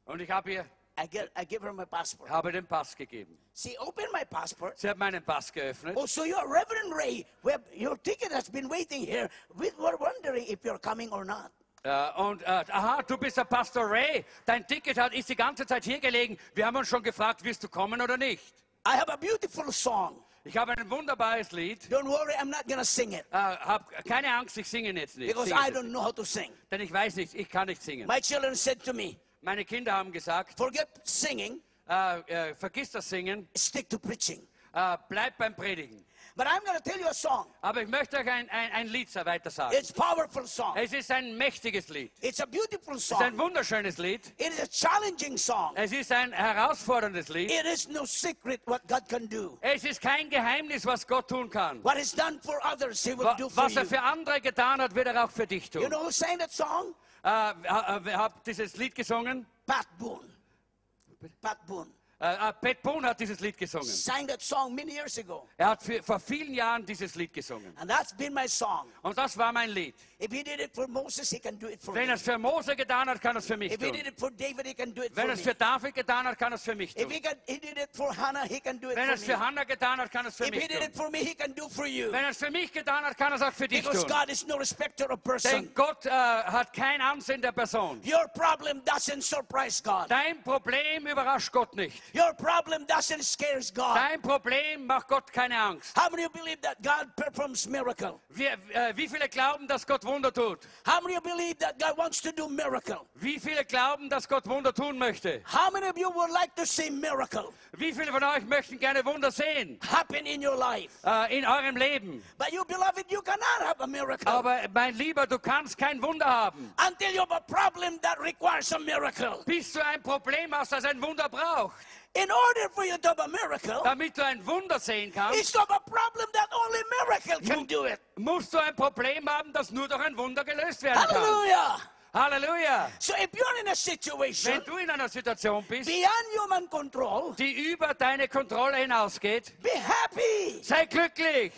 Speaker 1: Und ich habe ihr
Speaker 2: I, get, I give her my passport.
Speaker 1: habe den Pass gegeben.
Speaker 2: She opened my passport.
Speaker 1: Sie hat meinen Pass geöffnet.
Speaker 2: Oh, so you're Reverend Ray. Well, your ticket has been waiting here. We were wondering if you're coming or not.
Speaker 1: Äh, und äh, aha, du bist der Pastor Ray. Dein Ticket hat, ist die ganze Zeit hier gelegen. Wir haben uns schon gefragt, wirst du kommen oder nicht?
Speaker 2: I have a beautiful song.
Speaker 1: Ich habe ein wunderbares Lied.
Speaker 2: Don't worry, I'm not going to sing it
Speaker 1: Äh, hab keine Angst, ich singe jetzt nicht.
Speaker 2: because
Speaker 1: Singe
Speaker 2: I
Speaker 1: jetzt
Speaker 2: don't
Speaker 1: nicht.
Speaker 2: know how to sing.
Speaker 1: Denn ich weiß nicht, ich kann nicht singen.
Speaker 2: My children said to me,
Speaker 1: Meine Kinder haben gesagt,
Speaker 2: Forget singing,
Speaker 1: äh, äh, vergiss das Singen,
Speaker 2: stick to preaching.
Speaker 1: äh, bleib beim Predigen.
Speaker 2: But I'm going to tell you a song.
Speaker 1: Aber ich möchte euch ein, ein, ein Lied weiter sagen.
Speaker 2: It's powerful song.
Speaker 1: Es ist ein mächtiges Lied.
Speaker 2: It's a beautiful
Speaker 1: Es ist ein
Speaker 2: song.
Speaker 1: wunderschönes Lied.
Speaker 2: It is a challenging song.
Speaker 1: Es ist ein herausforderndes Lied.
Speaker 2: It is no secret what God can do.
Speaker 1: Es ist kein Geheimnis, was Gott tun kann.
Speaker 2: What is done for others, He will
Speaker 1: Wa-
Speaker 2: do for
Speaker 1: Was er
Speaker 2: you.
Speaker 1: für andere getan hat, wird er auch für dich tun.
Speaker 2: You know who sang that song?
Speaker 1: äh, ha- äh, hab dieses Lied gesungen.
Speaker 2: Pat Boone. Pat Boone
Speaker 1: Äh, äh, Pat Boone hat dieses Lied gesungen.
Speaker 2: sang that song many years ago.
Speaker 1: Er hat für, vor vielen Jahren dieses Lied gesungen.
Speaker 2: And that's been my song.
Speaker 1: Und das war mein Lied.
Speaker 2: If he did it for Moses, he can do it for
Speaker 1: Wenn
Speaker 2: me.
Speaker 1: er es für Mose getan hat, kann er es für mich
Speaker 2: If he
Speaker 1: tun.
Speaker 2: did it for David, he can do it for
Speaker 1: Wenn er es
Speaker 2: me.
Speaker 1: für David getan hat, kann er es für mich
Speaker 2: If
Speaker 1: tun.
Speaker 2: he, can, he did it for Hannah, he can do it
Speaker 1: Wenn er es
Speaker 2: for
Speaker 1: für
Speaker 2: me.
Speaker 1: Hannah getan hat, kann er es für
Speaker 2: If he
Speaker 1: mich
Speaker 2: did
Speaker 1: tun.
Speaker 2: it for me, he can do for you.
Speaker 1: Wenn er es für mich getan hat, kann er es auch für dich
Speaker 2: Because
Speaker 1: tun.
Speaker 2: God is no respecter of person.
Speaker 1: Denn Gott äh, hat kein Ansehen der Person.
Speaker 2: Your problem doesn't surprise God.
Speaker 1: Dein Problem überrascht Gott nicht.
Speaker 2: Your problem doesn't scares God.
Speaker 1: Dein Problem macht Gott keine Angst.
Speaker 2: How many of you believe that God performs miracle?
Speaker 1: Wir, äh, wie viele glauben, dass Gott Wunder tut?
Speaker 2: How many of you believe that God wants to do miracle?
Speaker 1: Wie viele glauben, dass Gott Wunder tun möchte?
Speaker 2: How many of you would like to see miracle
Speaker 1: Wie viele von euch möchten gerne Wunder sehen
Speaker 2: happen in your life?
Speaker 1: äh, in eurem Leben?
Speaker 2: But you beloved, you cannot have a miracle
Speaker 1: Aber äh, mein Lieber, du kannst kein Wunder haben,
Speaker 2: until you have a problem that requires a miracle.
Speaker 1: bis du ein Problem hast, das ein Wunder braucht.
Speaker 2: In order for you to have a miracle,
Speaker 1: Damit du ein Wunder sehen kannst,
Speaker 2: it's of a problem that only miracle can do it.
Speaker 1: musst du ein Problem haben, das nur durch ein Wunder gelöst werden kann.
Speaker 2: Hallelujah!
Speaker 1: Halleluja!
Speaker 2: So if you're in a situation
Speaker 1: Wenn du in einer Situation bist,
Speaker 2: beyond human control,
Speaker 1: die über deine Kontrolle hinausgeht,
Speaker 2: be happy,
Speaker 1: sei glücklich,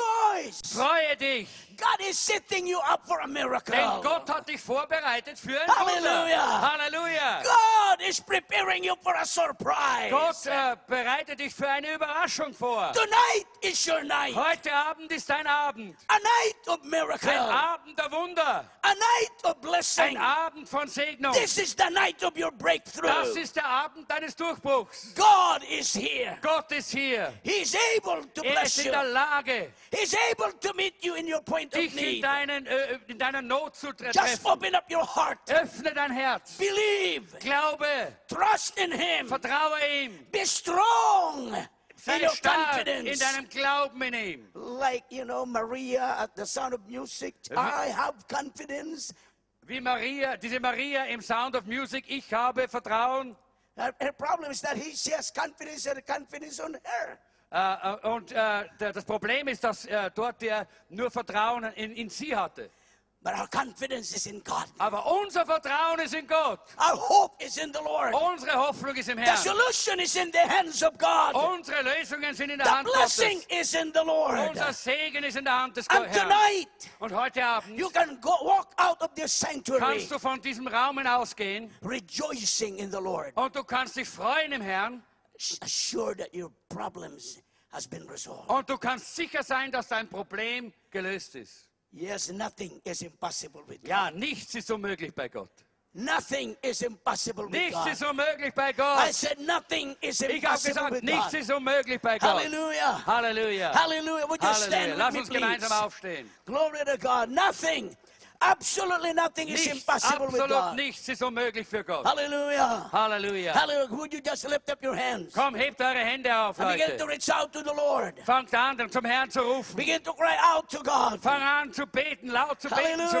Speaker 2: rejoice.
Speaker 1: freue dich,
Speaker 2: God is setting you up for a miracle.
Speaker 1: denn Gott hat dich vorbereitet für ein
Speaker 2: Genau. Halleluja.
Speaker 1: Wunder. Halleluja!
Speaker 2: God is preparing you for a surprise.
Speaker 1: Gott äh, bereitet dich für eine Überraschung vor.
Speaker 2: Tonight is your night,
Speaker 1: Heute Abend ist dein Abend.
Speaker 2: a night of
Speaker 1: Ein
Speaker 2: miracle, a
Speaker 1: Abend der Wunder.
Speaker 2: night of
Speaker 1: Ein
Speaker 2: blessing.
Speaker 1: Abend von Segnung.
Speaker 2: This is the night of your
Speaker 1: Das
Speaker 2: breakthrough.
Speaker 1: ist der Abend deines Durchbruchs.
Speaker 2: God is here.
Speaker 1: Gott ist hier.
Speaker 2: He's able to
Speaker 1: Er ist
Speaker 2: bless
Speaker 1: in
Speaker 2: you.
Speaker 1: der Lage,
Speaker 2: He's able to meet you in your point of
Speaker 1: dich in,
Speaker 2: need.
Speaker 1: deinen, äh, in deiner Not zu tre-
Speaker 2: Just
Speaker 1: treffen.
Speaker 2: open up your heart.
Speaker 1: Öffne dein Herz.
Speaker 2: Believe.
Speaker 1: Glaube.
Speaker 2: Trust in Him.
Speaker 1: Vertraue ihm.
Speaker 2: Be strong in
Speaker 1: Sei
Speaker 2: your
Speaker 1: stark in
Speaker 2: confidence.
Speaker 1: deinem Glauben in ihm.
Speaker 2: Like, you know, Maria at the sound of music. I have confidence.
Speaker 1: Wie Maria, diese Maria im Sound of Music, ich habe Vertrauen.
Speaker 2: Her, her problem is that he, she has confidence and confidence on her.
Speaker 1: Äh, äh, und äh, der, das Problem ist, dass äh, dort der nur Vertrauen in, in sie hatte.
Speaker 2: But our confidence is in God.
Speaker 1: Aber unser Vertrauen ist in Gott.
Speaker 2: Our hope is in the Lord.
Speaker 1: Unsere Hoffnung ist im
Speaker 2: The
Speaker 1: Herrn.
Speaker 2: solution is in the hands of God.
Speaker 1: Unsere Lösungen sind in der
Speaker 2: The
Speaker 1: Hand
Speaker 2: blessing
Speaker 1: Gottes.
Speaker 2: is in the Lord.
Speaker 1: Unser Segen ist in der Hand des Go-
Speaker 2: And
Speaker 1: Herrn.
Speaker 2: tonight,
Speaker 1: Und heute Abend
Speaker 2: you can go walk out of this sanctuary
Speaker 1: kannst du von diesem Raum hinausgehen
Speaker 2: rejoicing in the Lord,
Speaker 1: und du kannst dich freuen im Herrn
Speaker 2: s- assured that your problems has been resolved.
Speaker 1: und du kannst sicher sein, dass dein Problem gelöst ist.
Speaker 2: Yes, nothing is impossible with God.
Speaker 1: Ja, nichts ist unmöglich bei Gott.
Speaker 2: Nothing is impossible with
Speaker 1: Nichts
Speaker 2: God.
Speaker 1: ist unmöglich bei
Speaker 2: I
Speaker 1: Gott.
Speaker 2: said nothing is
Speaker 1: Ich habe
Speaker 2: impossible
Speaker 1: gesagt,
Speaker 2: with
Speaker 1: nichts
Speaker 2: God.
Speaker 1: ist unmöglich bei Gott.
Speaker 2: Hallelujah.
Speaker 1: Halleluja.
Speaker 2: Hallelujah. Would you
Speaker 1: Halleluja.
Speaker 2: stand
Speaker 1: Lass uns
Speaker 2: with me,
Speaker 1: gemeinsam
Speaker 2: please?
Speaker 1: aufstehen.
Speaker 2: Glory to God. Nothing, absolutely nothing is
Speaker 1: Nichts,
Speaker 2: impossible with
Speaker 1: absolut
Speaker 2: God.
Speaker 1: nichts ist unmöglich für Gott.
Speaker 2: Hallelujah.
Speaker 1: Halleluja.
Speaker 2: Hallelujah. Would you just lift up your hands
Speaker 1: Komm, hebt eure Hände auf,
Speaker 2: and begin to
Speaker 1: Leute.
Speaker 2: reach out to the Lord?
Speaker 1: Fangt an, zum Herrn zu rufen.
Speaker 2: Begin to cry out to God.
Speaker 1: Fang an zu beten, laut zu beten zum Herrn.
Speaker 2: Halleluja.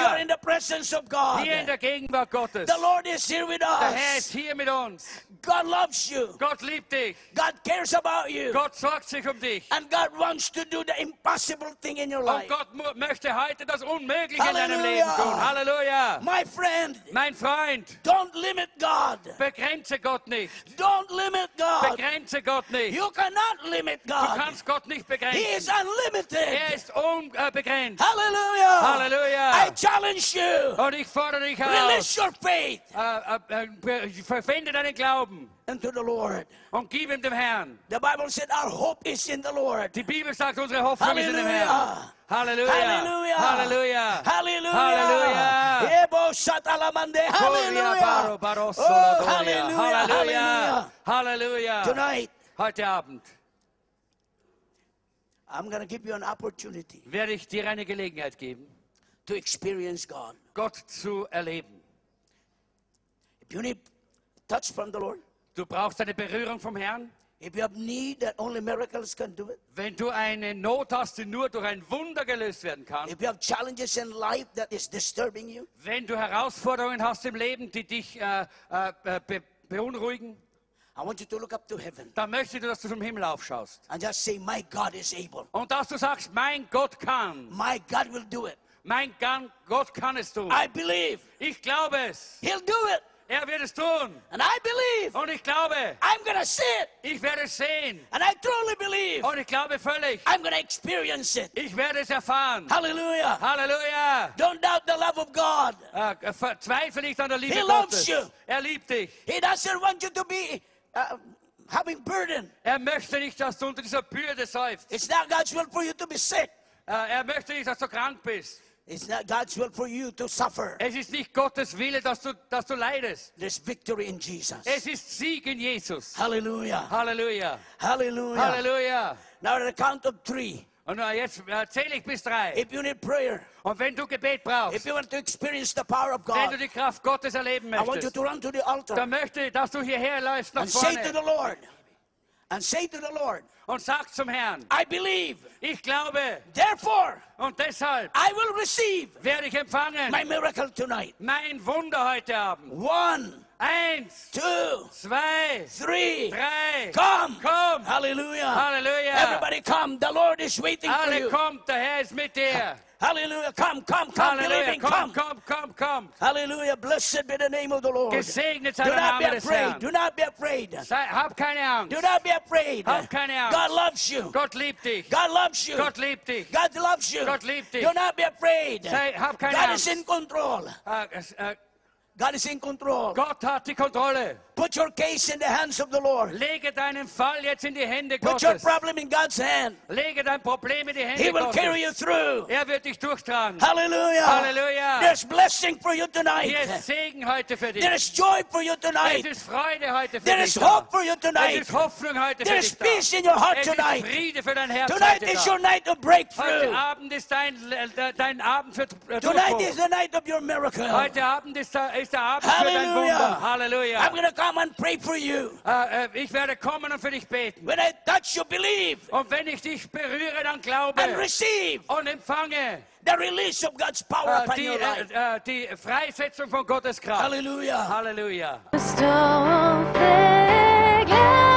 Speaker 2: You are in
Speaker 1: Halleluja.
Speaker 2: the presence of God.
Speaker 1: Hier in der Gegenwart Gottes. Der
Speaker 2: The Lord is here with
Speaker 1: Herr ist
Speaker 2: us.
Speaker 1: hier mit uns.
Speaker 2: God loves you.
Speaker 1: Gott liebt dich.
Speaker 2: God cares about you.
Speaker 1: Gott sorgt sich um dich.
Speaker 2: And God wants to do the impossible thing in your
Speaker 1: Und
Speaker 2: life.
Speaker 1: Gott mu- möchte heute das Unmögliche in deinem
Speaker 2: Halleluja.
Speaker 1: Leben tun. Halleluja.
Speaker 2: My friend,
Speaker 1: Mein Freund,
Speaker 2: don't limit God.
Speaker 1: begrenze Gott nicht.
Speaker 2: Don't limit God.
Speaker 1: Begrenze Gott nicht.
Speaker 2: You cannot limit
Speaker 1: Du
Speaker 2: God.
Speaker 1: kannst Gott nicht
Speaker 2: He is
Speaker 1: begrenzen. Er
Speaker 2: unlimited.
Speaker 1: ist äh, unbegrenzt.
Speaker 2: Hallelujah. Oh,
Speaker 1: Halleluja.
Speaker 2: I challenge you.
Speaker 1: Und ich fordere dich heraus.
Speaker 2: Release your faith
Speaker 1: Äh, äh, äh, verwende deinen Glauben
Speaker 2: unto the Lord.
Speaker 1: und gib ihm dem Herrn.
Speaker 2: The Bible said our hope is in the Lord.
Speaker 1: Die Bibel sagt, unsere Hoffnung ist in dem Herrn. Halleluja.
Speaker 2: Halleluja.
Speaker 1: Halleluja.
Speaker 2: Hallelujah.
Speaker 1: Halleluja.
Speaker 2: Ebo shatalamande.
Speaker 1: Gloria
Speaker 2: Hallelujah.
Speaker 1: Baro, Barosso,
Speaker 2: Oh,
Speaker 1: Ladoria.
Speaker 2: hallelujah. Hallelujah.
Speaker 1: Halleluja. Halleluja.
Speaker 2: Tonight,
Speaker 1: Heute Abend
Speaker 2: I'm going to give you an opportunity
Speaker 1: werde ich dir eine Gelegenheit geben,
Speaker 2: to experience God.
Speaker 1: Gott zu erleben.
Speaker 2: If you need touch from the Lord,
Speaker 1: Du brauchst eine Berührung vom Herrn.
Speaker 2: if you have need that only miracles can do it,
Speaker 1: Wenn du eine Not hast, die nur durch ein Wunder gelöst werden kann,
Speaker 2: if you have challenges in life that is disturbing you,
Speaker 1: wenn du Herausforderungen hast im Leben, die dich äh, äh, be beunruhigen,
Speaker 2: I want you to look up to heaven
Speaker 1: dann möchte ich, dass du zum Himmel aufschaust.
Speaker 2: and just say, My God is able.
Speaker 1: Und dass du sagst, mein Gott kann,
Speaker 2: My God will do it.
Speaker 1: mein Gan- Gott kann es tun.
Speaker 2: I believe
Speaker 1: Ich glaube es.
Speaker 2: He'll do it.
Speaker 1: Er wird es tun.
Speaker 2: And I believe
Speaker 1: Und ich glaube,
Speaker 2: I'm going to see it.
Speaker 1: ich werde es sehen.
Speaker 2: And I truly believe
Speaker 1: Und ich glaube völlig,
Speaker 2: I'm going to experience it.
Speaker 1: ich werde es erfahren.
Speaker 2: Hallelujah.
Speaker 1: Halleluja.
Speaker 2: Don't doubt the love of God.
Speaker 1: Äh, verzweifle nicht an der Liebe
Speaker 2: He loves
Speaker 1: Gottes.
Speaker 2: you.
Speaker 1: Er liebt dich.
Speaker 2: He doesn't want you to be uh, having burden.
Speaker 1: Er möchte nicht, dass du unter dieser Bürde seufzt.
Speaker 2: It's not God's will for you to be sick.
Speaker 1: Äh, Er möchte nicht, dass du krank bist.
Speaker 2: It's not God's will for you to suffer.
Speaker 1: Es ist nicht Gottes Wille, dass du, dass du leidest.
Speaker 2: There's victory in Jesus.
Speaker 1: Es ist Sieg in Jesus.
Speaker 2: Hallelujah.
Speaker 1: Halleluja.
Speaker 2: Hallelujah.
Speaker 1: Halleluja.
Speaker 2: Now at the count of three,
Speaker 1: Und äh, jetzt äh, zähle ich bis drei.
Speaker 2: if you need prayer,
Speaker 1: Und wenn du Gebet
Speaker 2: if
Speaker 1: brauchst,
Speaker 2: you want to experience the power of
Speaker 1: wenn du
Speaker 2: God,
Speaker 1: die Kraft Gottes erleben
Speaker 2: I want you
Speaker 1: möchtest,
Speaker 2: to run to the altar
Speaker 1: dann möchte ich, dass du hierher läufst nach
Speaker 2: and say to the
Speaker 1: vorne
Speaker 2: Lord, and say to the Lord,
Speaker 1: und sagst zum Herrn,
Speaker 2: I believe,
Speaker 1: ich glaube
Speaker 2: therefore
Speaker 1: und deshalb
Speaker 2: I will receive
Speaker 1: werde ich empfangen
Speaker 2: my miracle tonight.
Speaker 1: mein Wunder heute Abend.
Speaker 2: One,
Speaker 1: Eins,
Speaker 2: two,
Speaker 1: zwei,
Speaker 2: three.
Speaker 1: drei.
Speaker 2: Come.
Speaker 1: Komm.
Speaker 2: Hallelujah.
Speaker 1: Hallelujah.
Speaker 2: Everybody come. The Lord is waiting for
Speaker 1: Alle
Speaker 2: you.
Speaker 1: kommt, der Herr ist mit dir.
Speaker 2: Hallelujah. Come, come, come.
Speaker 1: Halleluja,
Speaker 2: Believing,
Speaker 1: komm, komm, komm, komm.
Speaker 2: Hallelujah. Blessed be the name of the Lord.
Speaker 1: Gesegnet sei
Speaker 2: Oh, Do
Speaker 1: der
Speaker 2: not be
Speaker 1: Name des
Speaker 2: afraid.
Speaker 1: Herrn.
Speaker 2: Do not be afraid.
Speaker 1: Sei, hab keine Angst.
Speaker 2: Do not be afraid.
Speaker 1: Hab keine Angst.
Speaker 2: God loves you.
Speaker 1: Gott liebt dich.
Speaker 2: God loves you.
Speaker 1: Gott liebt dich.
Speaker 2: God loves you.
Speaker 1: Gott liebt dich.
Speaker 2: Do not be afraid.
Speaker 1: Sei, hab keine
Speaker 2: God
Speaker 1: Angst.
Speaker 2: is in control.
Speaker 1: Äh, es- äh,
Speaker 2: God is in control.
Speaker 1: Gott hat die Kontrolle.
Speaker 2: Put your case in the hands of the Lord.
Speaker 1: Lege deinen Fall jetzt in die Hände
Speaker 2: Put your
Speaker 1: Gottes.
Speaker 2: problem in God's hand.
Speaker 1: Lege dein Problem in die
Speaker 2: He
Speaker 1: Hände
Speaker 2: will carry
Speaker 1: Gottes.
Speaker 2: you through.
Speaker 1: Er wird dich durchtragen.
Speaker 2: Hallelujah.
Speaker 1: Hallelujah.
Speaker 2: There's blessing for you tonight.
Speaker 1: Hier ist Segen heute für dich.
Speaker 2: There is joy for you
Speaker 1: Es
Speaker 2: tonight.
Speaker 1: ist Freude heute für
Speaker 2: There
Speaker 1: dich.
Speaker 2: is
Speaker 1: da.
Speaker 2: hope for you
Speaker 1: Es
Speaker 2: tonight.
Speaker 1: ist Hoffnung heute
Speaker 2: There
Speaker 1: für
Speaker 2: is
Speaker 1: dich. da.
Speaker 2: peace in your
Speaker 1: es
Speaker 2: heart tonight.
Speaker 1: ist Friede für dein Herz
Speaker 2: Tonight
Speaker 1: heute.
Speaker 2: is
Speaker 1: da.
Speaker 2: your night of
Speaker 1: Heute
Speaker 2: breakthrough.
Speaker 1: Abend ist dein, äh, de- dein Abend für äh,
Speaker 2: Tonight
Speaker 1: Durchbruch.
Speaker 2: is the night of your miracle.
Speaker 1: Heute Abend ist der, ist der Abend für dein
Speaker 2: Hallelujah.
Speaker 1: Wunder. Halleluja.
Speaker 2: I'm going to come and pray for you.
Speaker 1: Äh, äh, ich werde kommen und für dich beten.
Speaker 2: When I touch you, believe
Speaker 1: Und wenn ich dich berühre, dann glaube
Speaker 2: and receive
Speaker 1: und empfange
Speaker 2: the release of God's power
Speaker 1: äh,
Speaker 2: upon
Speaker 1: die,
Speaker 2: your life.
Speaker 1: äh, äh, die Freisetzung von Gottes Kraft.
Speaker 2: Hallelujah.
Speaker 1: Halleluja.
Speaker 3: Storm, they glare.